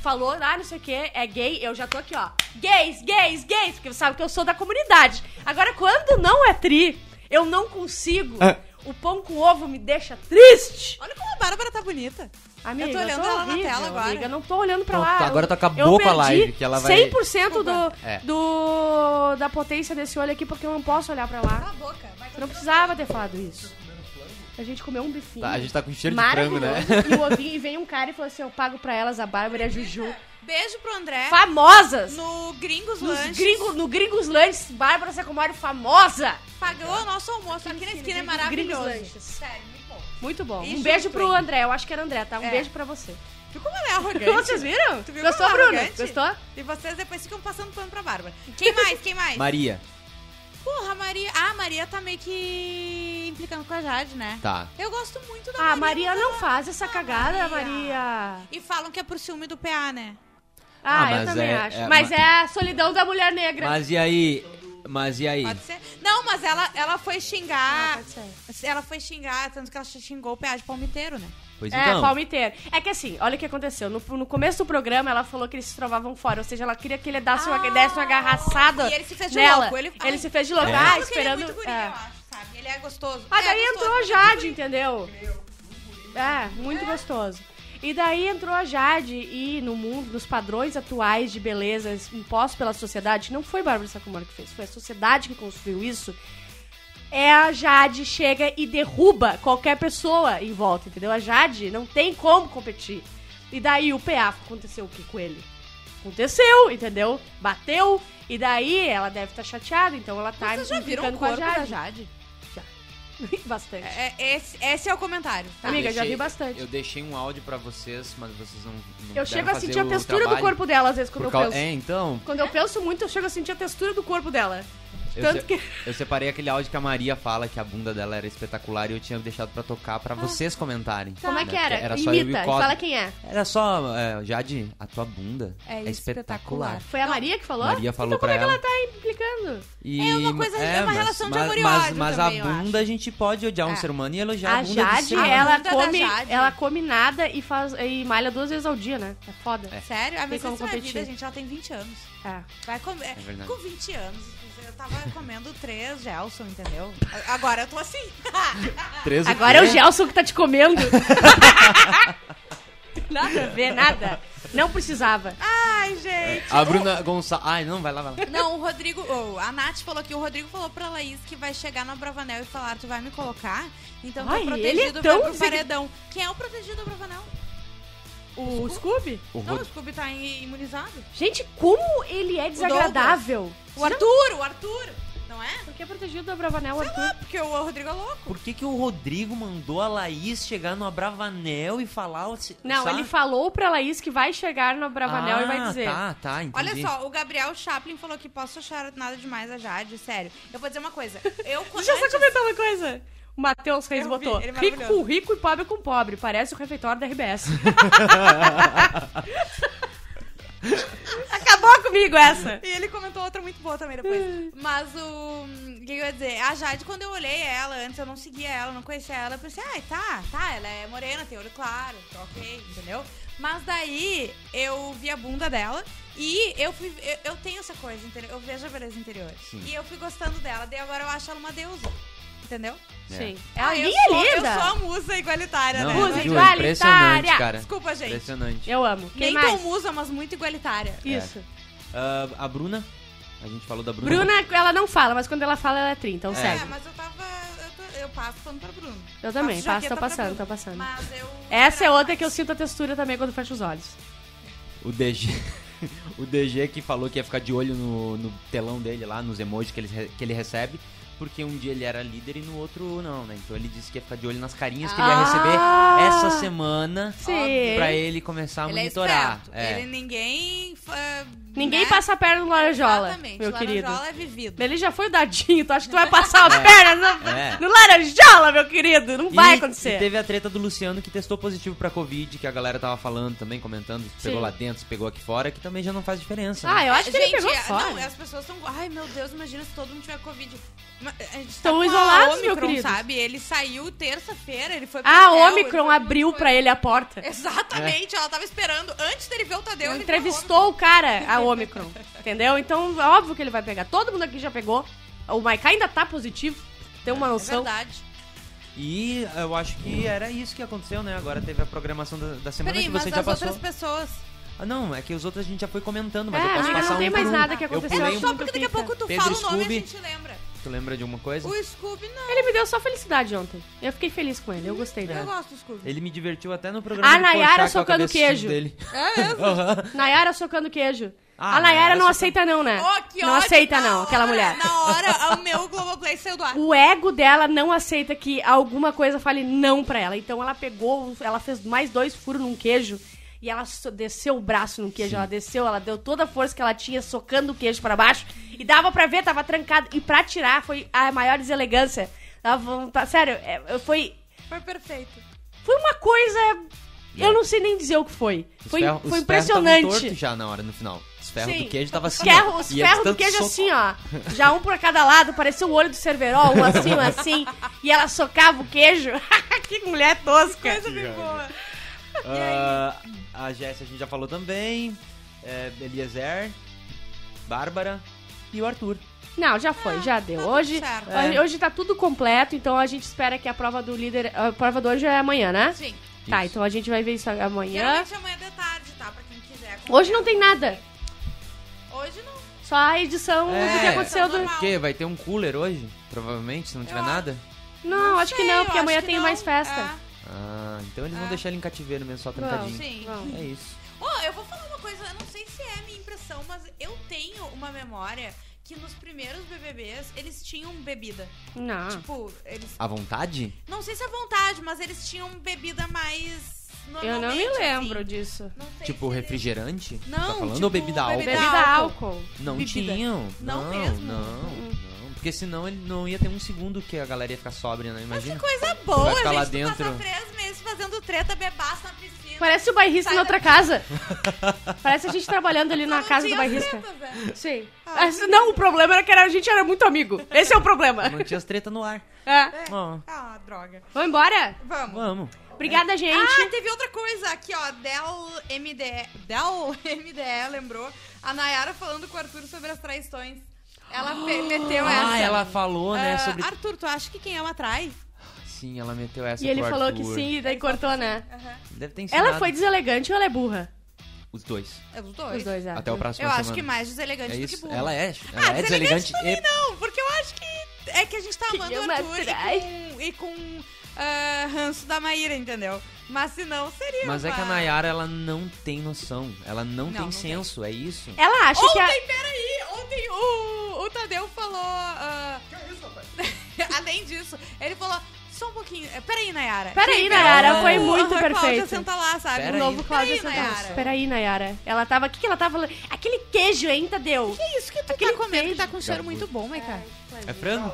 Speaker 3: Falou, ah, não sei o que, é gay, eu já tô aqui, ó. Gays, gays, gays, porque você sabe que eu sou da comunidade. Agora, quando não é tri, eu não consigo.
Speaker 4: Ah.
Speaker 3: O pão com ovo me deixa triste.
Speaker 2: Olha como a Bárbara tá bonita.
Speaker 3: Amiga,
Speaker 2: Eu tô olhando
Speaker 3: sou
Speaker 2: ela na
Speaker 3: horrível,
Speaker 2: tela agora.
Speaker 3: Amiga, eu não tô olhando pra
Speaker 4: Pronto,
Speaker 3: lá.
Speaker 4: agora
Speaker 3: Eu-
Speaker 4: tu acabou
Speaker 3: eu
Speaker 4: com a
Speaker 3: perdi
Speaker 4: live, que ela vai-
Speaker 3: 100% do,
Speaker 4: É.
Speaker 3: do, da potência desse olho aqui, porque eu não posso olhar pra lá.
Speaker 2: Cala a boca. Vai
Speaker 3: Não precisava ter falado isso. A gente comeu um bifinho.
Speaker 4: Tá, a gente tá com cheiro de frango,
Speaker 3: maravilhoso. E
Speaker 4: né?
Speaker 3: o ovinho, e vem um cara e falou assim: eu pago pra elas a Bárbara e a Juju.
Speaker 2: Beijo pro André.
Speaker 3: Famosas!
Speaker 2: É. No Gringos
Speaker 3: Nos
Speaker 2: Lanches.
Speaker 3: gringo, no Gringos Lanches, Bárbara Sacomori famosa!
Speaker 2: Pagou o nosso almoço aqui na esquina. É
Speaker 3: Gringos
Speaker 2: maravilhoso.
Speaker 3: Lanches.
Speaker 2: Sério, muito bom.
Speaker 3: Muito bom.
Speaker 2: E
Speaker 3: um beijo
Speaker 2: justo,
Speaker 3: pro
Speaker 2: hein?
Speaker 3: André, eu acho que era André, tá? Um
Speaker 2: É.
Speaker 3: bês beijo pra você.
Speaker 2: Viu como ela é arrogante?
Speaker 3: Vocês viram?
Speaker 2: Tu viu
Speaker 3: Gostou,
Speaker 2: como ela é
Speaker 3: Bruno?
Speaker 2: arrogante?
Speaker 3: Gostou?
Speaker 2: E vocês depois ficam passando pano pra Bárbara. Quem mais? Quem mais?
Speaker 4: Maria,
Speaker 2: Porra, a Maria. Ah, a Maria tá meio que implicando com a Jade, né?
Speaker 4: tá.
Speaker 2: Eu gosto muito da
Speaker 3: Ah,
Speaker 2: Maria.
Speaker 3: Maria não faz essa
Speaker 2: Maria.
Speaker 3: cagada, Maria.
Speaker 2: E falam que é por ciúme do PA, né?
Speaker 3: Ah,
Speaker 4: Ah,
Speaker 3: eu
Speaker 4: mas
Speaker 3: também
Speaker 4: é-
Speaker 3: acho.
Speaker 4: é-
Speaker 3: mas é a solidão da mulher negra.
Speaker 4: Mas e aí? Mas e aí?
Speaker 2: Pode ser. Não, mas ela, ela foi xingar.
Speaker 3: Ah, pode ser.
Speaker 2: Ela foi xingar, tanto que ela xingou o PA de palmiteiro, né?
Speaker 4: Pois
Speaker 3: É,
Speaker 4: então.
Speaker 3: palmiteiro. É que assim, olha o que aconteceu. No, no começo do programa, ela falou que eles se trovavam fora. Ou seja, ela queria que ele desse uma,
Speaker 2: Ah,
Speaker 3: desse uma garraçada
Speaker 2: e ele se fez de
Speaker 3: nela.
Speaker 2: louco, ele- ai,
Speaker 3: se fez de louco.
Speaker 4: é.
Speaker 3: Ah,
Speaker 2: Porque
Speaker 3: esperando...
Speaker 2: Ele é muito guri,
Speaker 3: é.
Speaker 2: eu acho, sabe? Ele é gostoso.
Speaker 3: Ah,
Speaker 2: É,
Speaker 3: daí
Speaker 2: gostoso,
Speaker 3: entrou a
Speaker 2: muito
Speaker 3: Jade, entendeu? É, muito gostoso. E daí entrou a Jade e no mundo dos padrões atuais de beleza impostos pela sociedade, não foi Bárbara Sacomori que fez, foi a sociedade que construiu isso. É a Jade chega e derruba qualquer pessoa em volta, entendeu? A Jade não tem como competir. E daí o PA aconteceu o que com ele? Aconteceu, entendeu? Bateu. E daí ela deve estar chateada, então ela tá
Speaker 2: Vocês já viram
Speaker 3: implicando
Speaker 2: o corpo da Jade?
Speaker 3: Bastante.
Speaker 2: É, é, esse, esse é o comentário. Tá?
Speaker 3: Amiga,
Speaker 4: Eu
Speaker 3: já vi
Speaker 4: deixei-
Speaker 3: bastante.
Speaker 4: Eu deixei um áudio pra vocês, mas vocês não. não
Speaker 3: Eu
Speaker 4: puderam
Speaker 3: chego a
Speaker 4: fazer
Speaker 3: sentir a
Speaker 4: o
Speaker 3: textura do
Speaker 4: trabalho
Speaker 3: corpo dela, às vezes,
Speaker 4: por
Speaker 3: quando eu
Speaker 4: cau-
Speaker 3: penso.
Speaker 4: É, então.
Speaker 3: Quando eu penso muito, eu chego a sentir a textura do corpo dela.
Speaker 4: Eu,
Speaker 3: Tanto
Speaker 4: se-
Speaker 3: que-
Speaker 4: eu separei aquele áudio que a Maria fala que a bunda dela era espetacular e eu tinha deixado pra tocar pra vocês comentarem.
Speaker 3: Ah. Como é que era?
Speaker 4: Era só eu e o
Speaker 3: Imita,
Speaker 4: Cosmo.
Speaker 3: fala quem é.
Speaker 4: Era só, é, Jade, a tua bunda
Speaker 2: É
Speaker 4: é,
Speaker 2: espetacular.
Speaker 4: espetacular.
Speaker 3: Foi a Maria que falou?
Speaker 4: Maria falou
Speaker 3: então, como
Speaker 4: pra
Speaker 3: é que ela,
Speaker 4: ela.
Speaker 3: tá implicando?
Speaker 4: E-
Speaker 2: É uma coisa- é uma relação de amor e
Speaker 4: mas,
Speaker 2: ódio
Speaker 4: Mas
Speaker 2: também,
Speaker 4: a
Speaker 2: eu acho.
Speaker 4: bunda a gente pode odiar um
Speaker 2: É.
Speaker 4: ser humano e elogiar a,
Speaker 3: a
Speaker 4: bunda do
Speaker 3: Jade,
Speaker 4: ser
Speaker 2: Ah,
Speaker 4: humano.
Speaker 3: ela
Speaker 2: bunda da
Speaker 3: come,
Speaker 2: Jade.
Speaker 3: ela come nada e, faz, e malha duas vezes ao dia, né? É foda. É.
Speaker 2: Sério? A minha
Speaker 3: como
Speaker 2: minha
Speaker 3: competir.
Speaker 2: vida, gente, ela tem 20 anos.
Speaker 4: É.
Speaker 2: Vai comer.
Speaker 4: verdade.
Speaker 2: com 20 anos, eu tava comendo três Gelson, entendeu? A- Agora eu tô assim.
Speaker 4: Três
Speaker 3: Agora é o
Speaker 4: quê?
Speaker 3: Gelson que tá te comendo. nada a ver, nada. Não precisava.
Speaker 2: Ai, gente.
Speaker 4: A Bruna Gonçalves. Ai, não, vai lá, vai lá.
Speaker 2: Não, o Rodrigo. oh, a Nath falou que o Rodrigo falou pra Laís que vai chegar na Bravanel e falar: Tu vai me colocar? Então
Speaker 3: Ai,
Speaker 2: o
Speaker 3: ele
Speaker 2: protegido vai
Speaker 3: é tão
Speaker 2: pro
Speaker 3: desig-
Speaker 2: paredão. Quem é o protegido da Bravanel?
Speaker 3: O Scooby?
Speaker 4: O
Speaker 2: Não,
Speaker 4: Rod-
Speaker 2: o Scooby tá im- imunizado.
Speaker 3: Gente, como ele é desagradável.
Speaker 2: O Arthur, o Arthur. Não é?
Speaker 3: Por que é protegido da Bravanel, Arthur?
Speaker 2: Ah, porque o Rodrigo é louco.
Speaker 4: Por que, que o Rodrigo mandou a Laís chegar no Abravanel e falar. o- se-
Speaker 3: Não,
Speaker 4: sabe?
Speaker 3: ele falou pra Laís que vai chegar no Bravanel
Speaker 4: ah,
Speaker 3: e vai dizer.
Speaker 4: Tá, tá, entendi.
Speaker 2: Olha só, o Gabriel Chaplin falou que posso achar nada demais a Jade, sério. Eu vou dizer uma coisa. Eu
Speaker 3: Deixa eu só comentar uma é coisa. O Matheus Reis
Speaker 2: Eu vi,
Speaker 3: botou.
Speaker 2: ele é
Speaker 3: rico
Speaker 2: maravilhoso.
Speaker 3: com rico e pobre com pobre. Parece o refeitório da RBS. Acabou comigo essa.
Speaker 2: E ele comentou outra muito boa também depois. Mas o. O que eu ia dizer? A Jade, quando eu olhei ela, antes eu não seguia ela, não conhecia ela, eu pensei, ai, tá, tá, ela é morena, tem olho claro, tá ok, entendeu? Mas daí eu vi a bunda dela e eu fui. Eu, eu tenho essa coisa, entendeu? Eu vejo a beleza interior. E eu fui gostando dela, daí agora eu acho ela uma deusa. Entendeu?
Speaker 4: É.
Speaker 3: Sim. Ela
Speaker 2: Ah, eu
Speaker 3: nem
Speaker 2: sou,
Speaker 3: é
Speaker 2: Eu sou um a
Speaker 3: linda.
Speaker 2: musa igualitária,
Speaker 4: Não,
Speaker 2: né?
Speaker 3: Musa
Speaker 4: Ju,
Speaker 3: igualitária.
Speaker 4: impressionante, cara.
Speaker 2: Desculpa, gente.
Speaker 4: Impressionante.
Speaker 3: Eu amo. Quem
Speaker 2: Nem tão um. É.
Speaker 3: mais?
Speaker 2: musa, mas muito igualitária.
Speaker 3: Isso.
Speaker 4: Ah, a Bruna. A gente falou da Bruna.
Speaker 3: Bruna, ela não fala, mas quando ela fala, ela é tri, então
Speaker 2: É,
Speaker 3: segue.
Speaker 2: mas eu tava. Eu, tô- eu passo pano pra Bruno.
Speaker 3: Eu também, passo,
Speaker 2: jaqueta
Speaker 3: tô
Speaker 2: pra
Speaker 3: passando,
Speaker 2: Bruno.
Speaker 3: tô passando.
Speaker 2: Mas eu.
Speaker 3: Essa é outra que eu sinto a textura também quando fecho os olhos.
Speaker 4: O DG. O DG que falou que ia ficar de olho no, no telão dele lá, nos emojis que ele, re- que ele recebe. porque um dia ele era líder e no outro não, né? Então ele disse que ia ficar de olho nas carinhas que ele
Speaker 2: Ah!
Speaker 4: ia receber essa semana
Speaker 3: Sim.
Speaker 4: pra ele começar a
Speaker 2: Ele é
Speaker 4: monitorar.
Speaker 2: esperto.
Speaker 4: É.
Speaker 2: Ele ninguém. ah,
Speaker 3: Ninguém
Speaker 2: né?
Speaker 3: passa a perna no Laranjola,
Speaker 2: Exatamente.
Speaker 3: meu
Speaker 2: Laranjola
Speaker 3: querido.
Speaker 2: é vivido.
Speaker 3: Ele já foi o dadinho, tu acha que tu vai passar a perna no,
Speaker 4: É.
Speaker 3: no Laranjola, meu querido? Não vai
Speaker 4: E- E
Speaker 3: acontecer.
Speaker 4: teve a treta do Luciano que testou positivo pra Covid, que a galera tava falando também, comentando, se pegou
Speaker 3: Sim.
Speaker 4: lá dentro, se pegou aqui fora, que também já não faz diferença.
Speaker 3: Ah,
Speaker 4: né?
Speaker 3: eu acho que
Speaker 2: Gente,
Speaker 3: ele pegou
Speaker 2: é-
Speaker 3: fora.
Speaker 2: Não, as pessoas estão. Ai, meu Deus, imagina se todo mundo tiver Covid. Ma- a gente tá
Speaker 3: Estão
Speaker 2: com a
Speaker 3: isolados, meu
Speaker 2: Omicron,
Speaker 3: querido.
Speaker 2: sabe? Ele saiu terça-feira, ele foi pro hotel,
Speaker 3: Ah, o
Speaker 2: ele foi
Speaker 3: Omicron
Speaker 2: pra
Speaker 3: abriu
Speaker 2: outra
Speaker 3: pra
Speaker 2: coisa.
Speaker 3: ele a porta.
Speaker 2: Exatamente, ela tava esperando. Antes dele ver o Tadeu, ele
Speaker 3: Entrevistou o cara, a Omicron. entendeu? Então, óbvio que ele vai pegar. Todo mundo aqui já pegou. O Maiká ainda tá positivo. Tem uma
Speaker 2: É
Speaker 3: noção.
Speaker 2: verdade.
Speaker 4: E eu acho que era isso que aconteceu, né? Agora teve a programação da, da semana
Speaker 2: Peraí,
Speaker 4: que
Speaker 2: mas
Speaker 4: você
Speaker 2: as
Speaker 4: já passou.
Speaker 2: outras pessoas.
Speaker 4: Ah, não, é que os outros a gente já foi comentando, mas
Speaker 3: É,
Speaker 4: eu
Speaker 3: amiga,
Speaker 4: posso passar
Speaker 3: não
Speaker 4: um
Speaker 3: tem
Speaker 4: por
Speaker 3: mais
Speaker 4: um.
Speaker 3: nada que
Speaker 4: Eu
Speaker 3: aconteceu.
Speaker 4: pulei um-
Speaker 2: Só porque daqui a pouco tu
Speaker 3: né?
Speaker 4: Pedro
Speaker 2: fala o nome e a
Speaker 4: Scooby.
Speaker 2: gente lembra.
Speaker 4: Tu lembra de alguma coisa?
Speaker 2: O Scooby, não.
Speaker 3: Ele me deu só felicidade ontem. Eu fiquei feliz com ele, eu gostei
Speaker 2: Eu
Speaker 3: dele.
Speaker 2: gosto do Scooby.
Speaker 4: Ele me divertiu até no programa
Speaker 3: A
Speaker 4: do
Speaker 3: Ah, Nayara
Speaker 4: Porchat, que eu
Speaker 3: socando
Speaker 4: acabei assistindo
Speaker 3: queijo.
Speaker 4: Dele.
Speaker 2: É mesmo?
Speaker 3: Nayara socando queijo.
Speaker 4: Ah,
Speaker 3: a Nayara
Speaker 4: Nayara
Speaker 3: não
Speaker 4: socando-
Speaker 3: aceita não, né?
Speaker 2: Ó, Oh, que
Speaker 3: não
Speaker 2: ódio, tá.
Speaker 3: aceita
Speaker 2: na
Speaker 3: não, aquela
Speaker 2: hora-
Speaker 3: mulher.
Speaker 2: Na hora, o meu Globoplay saiu do ar.
Speaker 3: O ego dela não aceita que alguma coisa fale não pra ela. Então ela pegou, ela fez mais dois furos num queijo e ela so- desceu o braço no queijo. Ela desceu, ela deu toda a força que ela tinha socando o queijo pra baixo. E dava pra ver, tava trancado. E pra tirar foi a maior deselegância. Dava vontade- sério, é, foi,
Speaker 2: Foi perfeito.
Speaker 3: foi uma coisa. Eu não sei nem dizer o que foi.
Speaker 4: É. Os
Speaker 3: Foi,
Speaker 4: ferros- os
Speaker 3: foi
Speaker 4: ferros tavam
Speaker 3: impressionante.
Speaker 4: torto já na hora, no final. Os ferros
Speaker 3: Sim.
Speaker 4: do queijo tava assim.
Speaker 3: Os ferros,
Speaker 4: ó,
Speaker 3: os
Speaker 4: e é
Speaker 3: ferros do
Speaker 4: tanto
Speaker 3: queijo
Speaker 4: soco.
Speaker 3: assim, ó. Já um pra cada lado, parecia o olho do Cerverol, um assim, um assim. E ela socava o queijo. que mulher tosca.
Speaker 2: Coisa bem boa.
Speaker 4: Ah, a Jéssica a gente já falou também. É, Eliezer, Bárbara e o Arthur.
Speaker 3: Não, já foi, já deu.
Speaker 2: tá tudo
Speaker 3: Hoje,
Speaker 2: certo.
Speaker 3: hoje- hoje tá tudo completo, então a gente espera que a prova do líder. A prova do anjo é amanhã, né?
Speaker 2: Sim.
Speaker 3: Tá,
Speaker 4: Isso.
Speaker 3: então a gente vai ver isso amanhã.
Speaker 2: Geralmente amanhã de tarde, tá? Pra quem quiser. acompanhar.
Speaker 3: Hoje não tem nada.
Speaker 2: Hoje não.
Speaker 3: Só a edição do que
Speaker 4: É.
Speaker 3: aconteceu do.
Speaker 2: Normal.
Speaker 4: O quê? Vai ter um cooler hoje? Provavelmente, se não tiver
Speaker 2: Eu
Speaker 4: nada.
Speaker 3: Não, acho que
Speaker 2: sei,
Speaker 3: não,
Speaker 2: eu
Speaker 3: porque
Speaker 2: acho
Speaker 3: amanhã
Speaker 2: que
Speaker 3: tem
Speaker 2: não.
Speaker 3: mais festa.
Speaker 2: Ah,
Speaker 4: Ah, então eles vão
Speaker 2: Ah.
Speaker 4: deixar ele em cativeiro mesmo, só
Speaker 3: Vão,
Speaker 4: trancadinho.
Speaker 2: sim.
Speaker 3: Vão.
Speaker 4: É isso.
Speaker 2: Ô, eu vou falar uma coisa, eu não sei se é minha impressão, mas eu tenho uma memória que nos primeiros BBBs eles tinham bebida.
Speaker 3: Não.
Speaker 2: Tipo, eles.
Speaker 4: À vontade?
Speaker 2: Não sei se é vontade, mas eles tinham bebida mais.
Speaker 3: Eu não me
Speaker 2: normalmente,
Speaker 3: lembro
Speaker 2: assim.
Speaker 3: disso.
Speaker 2: Não sei
Speaker 4: Tipo,
Speaker 2: se eles-
Speaker 4: refrigerante?
Speaker 2: Não,
Speaker 4: Tá falando
Speaker 2: tipo,
Speaker 4: ou bebida álcool?
Speaker 2: bebida-
Speaker 3: Bebida
Speaker 2: álcool.
Speaker 3: álcool.
Speaker 4: Não
Speaker 2: Bebida.
Speaker 4: tinham.
Speaker 2: Não
Speaker 4: não,
Speaker 2: mesmo? Hum,
Speaker 4: Não, não. Porque senão ele não ia ter um segundo que a galera ia ficar sóbria, né?
Speaker 2: Mas que
Speaker 4: Imagina.
Speaker 2: coisa boa,
Speaker 4: Vai ficar lá
Speaker 2: gente. tu Passa
Speaker 4: dentro.
Speaker 2: três meses fazendo treta, bebaça na piscina.
Speaker 3: Parece o bairrista
Speaker 2: Sai
Speaker 3: na outra casa. Parece a gente trabalhando ali na
Speaker 2: Não
Speaker 3: casa do
Speaker 2: tinha
Speaker 3: bairrista.
Speaker 2: tretas, né?
Speaker 3: Sim.
Speaker 2: Ah,
Speaker 3: Mas não, o problema era que era- a gente era muito amigo. Esse é o problema.
Speaker 4: Não tinha as treta no ar.
Speaker 3: É.
Speaker 4: Ó,
Speaker 2: Ah, droga.
Speaker 3: Vamos embora?
Speaker 2: Vamos.
Speaker 4: vamos.
Speaker 3: Obrigada, gente.
Speaker 2: Ah, teve outra coisa aqui, ó. Del MDE. Del MDE lembrou. A Nayara falando com o Arthur sobre as traições. Ela fe- meteu é essa.
Speaker 4: Ah, ela falou, né,
Speaker 2: Ah,
Speaker 4: sobre...
Speaker 2: Arthur, tu acha que quem ama trai?
Speaker 4: Sim, ela meteu essa
Speaker 3: e ele
Speaker 4: pro
Speaker 3: falou
Speaker 4: Arthur.
Speaker 3: que sim, e daí cortou, né?
Speaker 4: Deve ter ensinado.
Speaker 3: Ela foi deselegante ou ela é burra?
Speaker 4: Os dois.
Speaker 2: É dos dois.
Speaker 3: Os dois, é.
Speaker 4: Até o próximo
Speaker 2: Eu
Speaker 4: semana.
Speaker 2: acho que mais deselegante
Speaker 4: É
Speaker 2: do que
Speaker 4: isso.
Speaker 2: burro.
Speaker 4: Ela é.
Speaker 2: Ah,
Speaker 4: Ela é deselegante.
Speaker 2: também
Speaker 4: e-
Speaker 2: não, porque eu acho que é que a gente tá
Speaker 3: Que
Speaker 2: amando
Speaker 3: eu
Speaker 2: o
Speaker 3: me
Speaker 2: Arthur
Speaker 3: atrai.
Speaker 2: e com, e com ah, ranço da Maíra, entendeu? Mas se não, seria
Speaker 4: Mas é que a
Speaker 2: uma-
Speaker 4: Nayara, ela não tem noção. Ela não,
Speaker 2: Não,
Speaker 4: tem
Speaker 2: não tem.
Speaker 4: senso, é isso.
Speaker 3: Ela acha que a...
Speaker 2: Ontem, peraí, ontem o, o Tadeu falou. ah, além disso, ele falou. Só um pouquinho. eh, Peraí, Nayara.
Speaker 3: Peraí,
Speaker 2: Quem
Speaker 3: Nayara,
Speaker 2: pegou
Speaker 3: foi
Speaker 2: o
Speaker 3: muito
Speaker 2: Cláudia
Speaker 3: perfeito.
Speaker 2: Senta lá, sabe?
Speaker 4: Pera
Speaker 3: O novo
Speaker 4: aí.
Speaker 2: Peraí,
Speaker 3: Cláudio Santos.
Speaker 2: Nayara.
Speaker 3: Peraí, Nayara. Ela tava... O que, que ela tava... Aquele queijo, hein, Tadeu?
Speaker 2: Que isso que tu
Speaker 3: Aquele
Speaker 2: tá comendo que
Speaker 3: queijo.
Speaker 2: tá com um cheiro muito bom, Maica?
Speaker 4: É frango?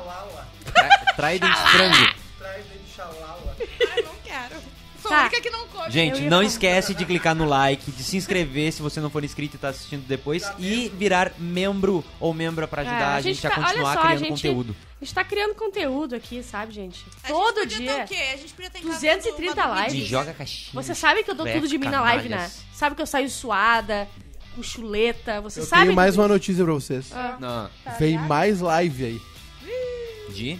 Speaker 4: Tra- Traidem de frango.
Speaker 2: Ai, não quero. Sou
Speaker 3: Tá.
Speaker 2: a única que não come.
Speaker 4: Gente,
Speaker 3: Eu ia
Speaker 4: não
Speaker 3: falar.
Speaker 4: esquece de clicar no like, de se inscrever se você não for inscrito e tá assistindo depois e virar membro ou membra pra ajudar
Speaker 3: É,
Speaker 4: a, gente
Speaker 3: tá-
Speaker 4: a continuar
Speaker 3: olha só,
Speaker 4: criando
Speaker 3: a gente,
Speaker 4: conteúdo.
Speaker 3: A gente tá criando conteúdo aqui, sabe, gente?
Speaker 2: A gente
Speaker 3: Todo
Speaker 2: podia ter um
Speaker 3: dia.
Speaker 2: o quê? A gente podia ter em casa
Speaker 3: 230
Speaker 2: uma
Speaker 3: likes.
Speaker 2: dormidinha.
Speaker 4: De joga caixinha.
Speaker 3: é Você sabe que eu dou
Speaker 4: É,
Speaker 3: tudo de mim na live, né?
Speaker 4: canalhas.
Speaker 3: Sabe que eu saio suada, com chuleta, você
Speaker 6: Eu
Speaker 3: sabe? Ah, tá.
Speaker 6: tenho mais
Speaker 3: disso.
Speaker 6: uma notícia pra vocês.
Speaker 4: Não,
Speaker 6: Vem mais live aí.
Speaker 4: de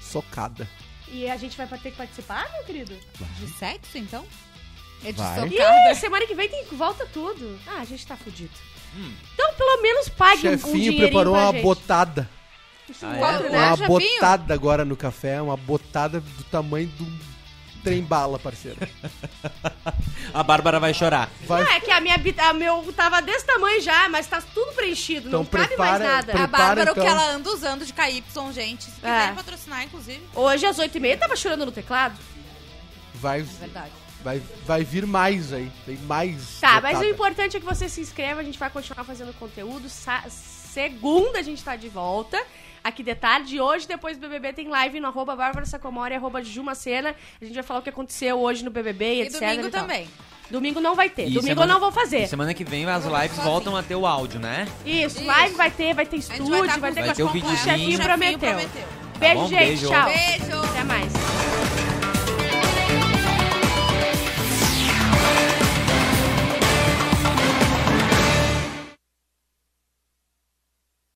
Speaker 6: Socada.
Speaker 3: E a gente vai ter que participar, meu querido?
Speaker 2: De sexo, então? É de
Speaker 6: Vai.
Speaker 3: Ih, semana que vem tem volta tudo. Ah, a gente tá fudido. Então, pelo menos pague um- um
Speaker 6: Chefinho
Speaker 3: dinheirinho
Speaker 6: preparou
Speaker 3: pra
Speaker 6: uma
Speaker 3: gente.
Speaker 6: botada.
Speaker 4: Ah,
Speaker 2: Quatro,
Speaker 4: é?
Speaker 2: né?
Speaker 6: Uma
Speaker 2: Chefinho?
Speaker 6: botada agora no café. Uma botada do tamanho do trem bala, parceiro.
Speaker 4: A Bárbara vai chorar.
Speaker 6: Vai-
Speaker 3: Não, é que a minha bit- a meu tava desse tamanho já, mas tá tudo preenchido,
Speaker 6: Então
Speaker 3: não cabe mais
Speaker 6: prepara-
Speaker 3: nada.
Speaker 2: A
Speaker 6: Prepara,
Speaker 2: Bárbara, o
Speaker 6: então.
Speaker 2: que ela anda usando de KY, gente. Se quiserem
Speaker 3: É.
Speaker 2: patrocinar, inclusive.
Speaker 3: Hoje, às 8h30, tava chorando no teclado.
Speaker 6: Vai,
Speaker 2: É verdade.
Speaker 6: vai, vai vir mais aí. Tem mais.
Speaker 3: Tá, mas o
Speaker 6: lotada.
Speaker 3: importante é que você se inscreva, a gente vai continuar fazendo conteúdo. Sa- segunda a gente tá de volta. Aqui de tarde, hoje, depois do BBB, tem live no arroba Bárbara Sacomori, arroba Jumacena. A gente vai falar o que aconteceu hoje no BBB e,
Speaker 2: E
Speaker 3: etc.
Speaker 2: domingo
Speaker 3: e tal.
Speaker 2: também.
Speaker 3: Domingo não vai ter.
Speaker 4: E
Speaker 3: domingo
Speaker 4: semana-
Speaker 3: eu não vou fazer.
Speaker 4: E Semana que vem as
Speaker 2: Eu vou
Speaker 4: lives
Speaker 2: sozinha.
Speaker 4: voltam a ter o áudio, né?
Speaker 3: Isso,
Speaker 2: Isso.
Speaker 3: live vai ter, vai ter
Speaker 2: A
Speaker 3: estúdio,
Speaker 2: gente vai, tá com
Speaker 3: vai ter
Speaker 4: Vai ter o
Speaker 2: vídeo
Speaker 3: O
Speaker 2: completo,
Speaker 3: chefinho
Speaker 4: videozinho.
Speaker 2: o
Speaker 3: prometeu.
Speaker 2: prometeu.
Speaker 3: Beijo,
Speaker 4: bom?
Speaker 3: gente.
Speaker 4: Beijo.
Speaker 3: Tchau.
Speaker 2: Beijo!
Speaker 3: Até mais.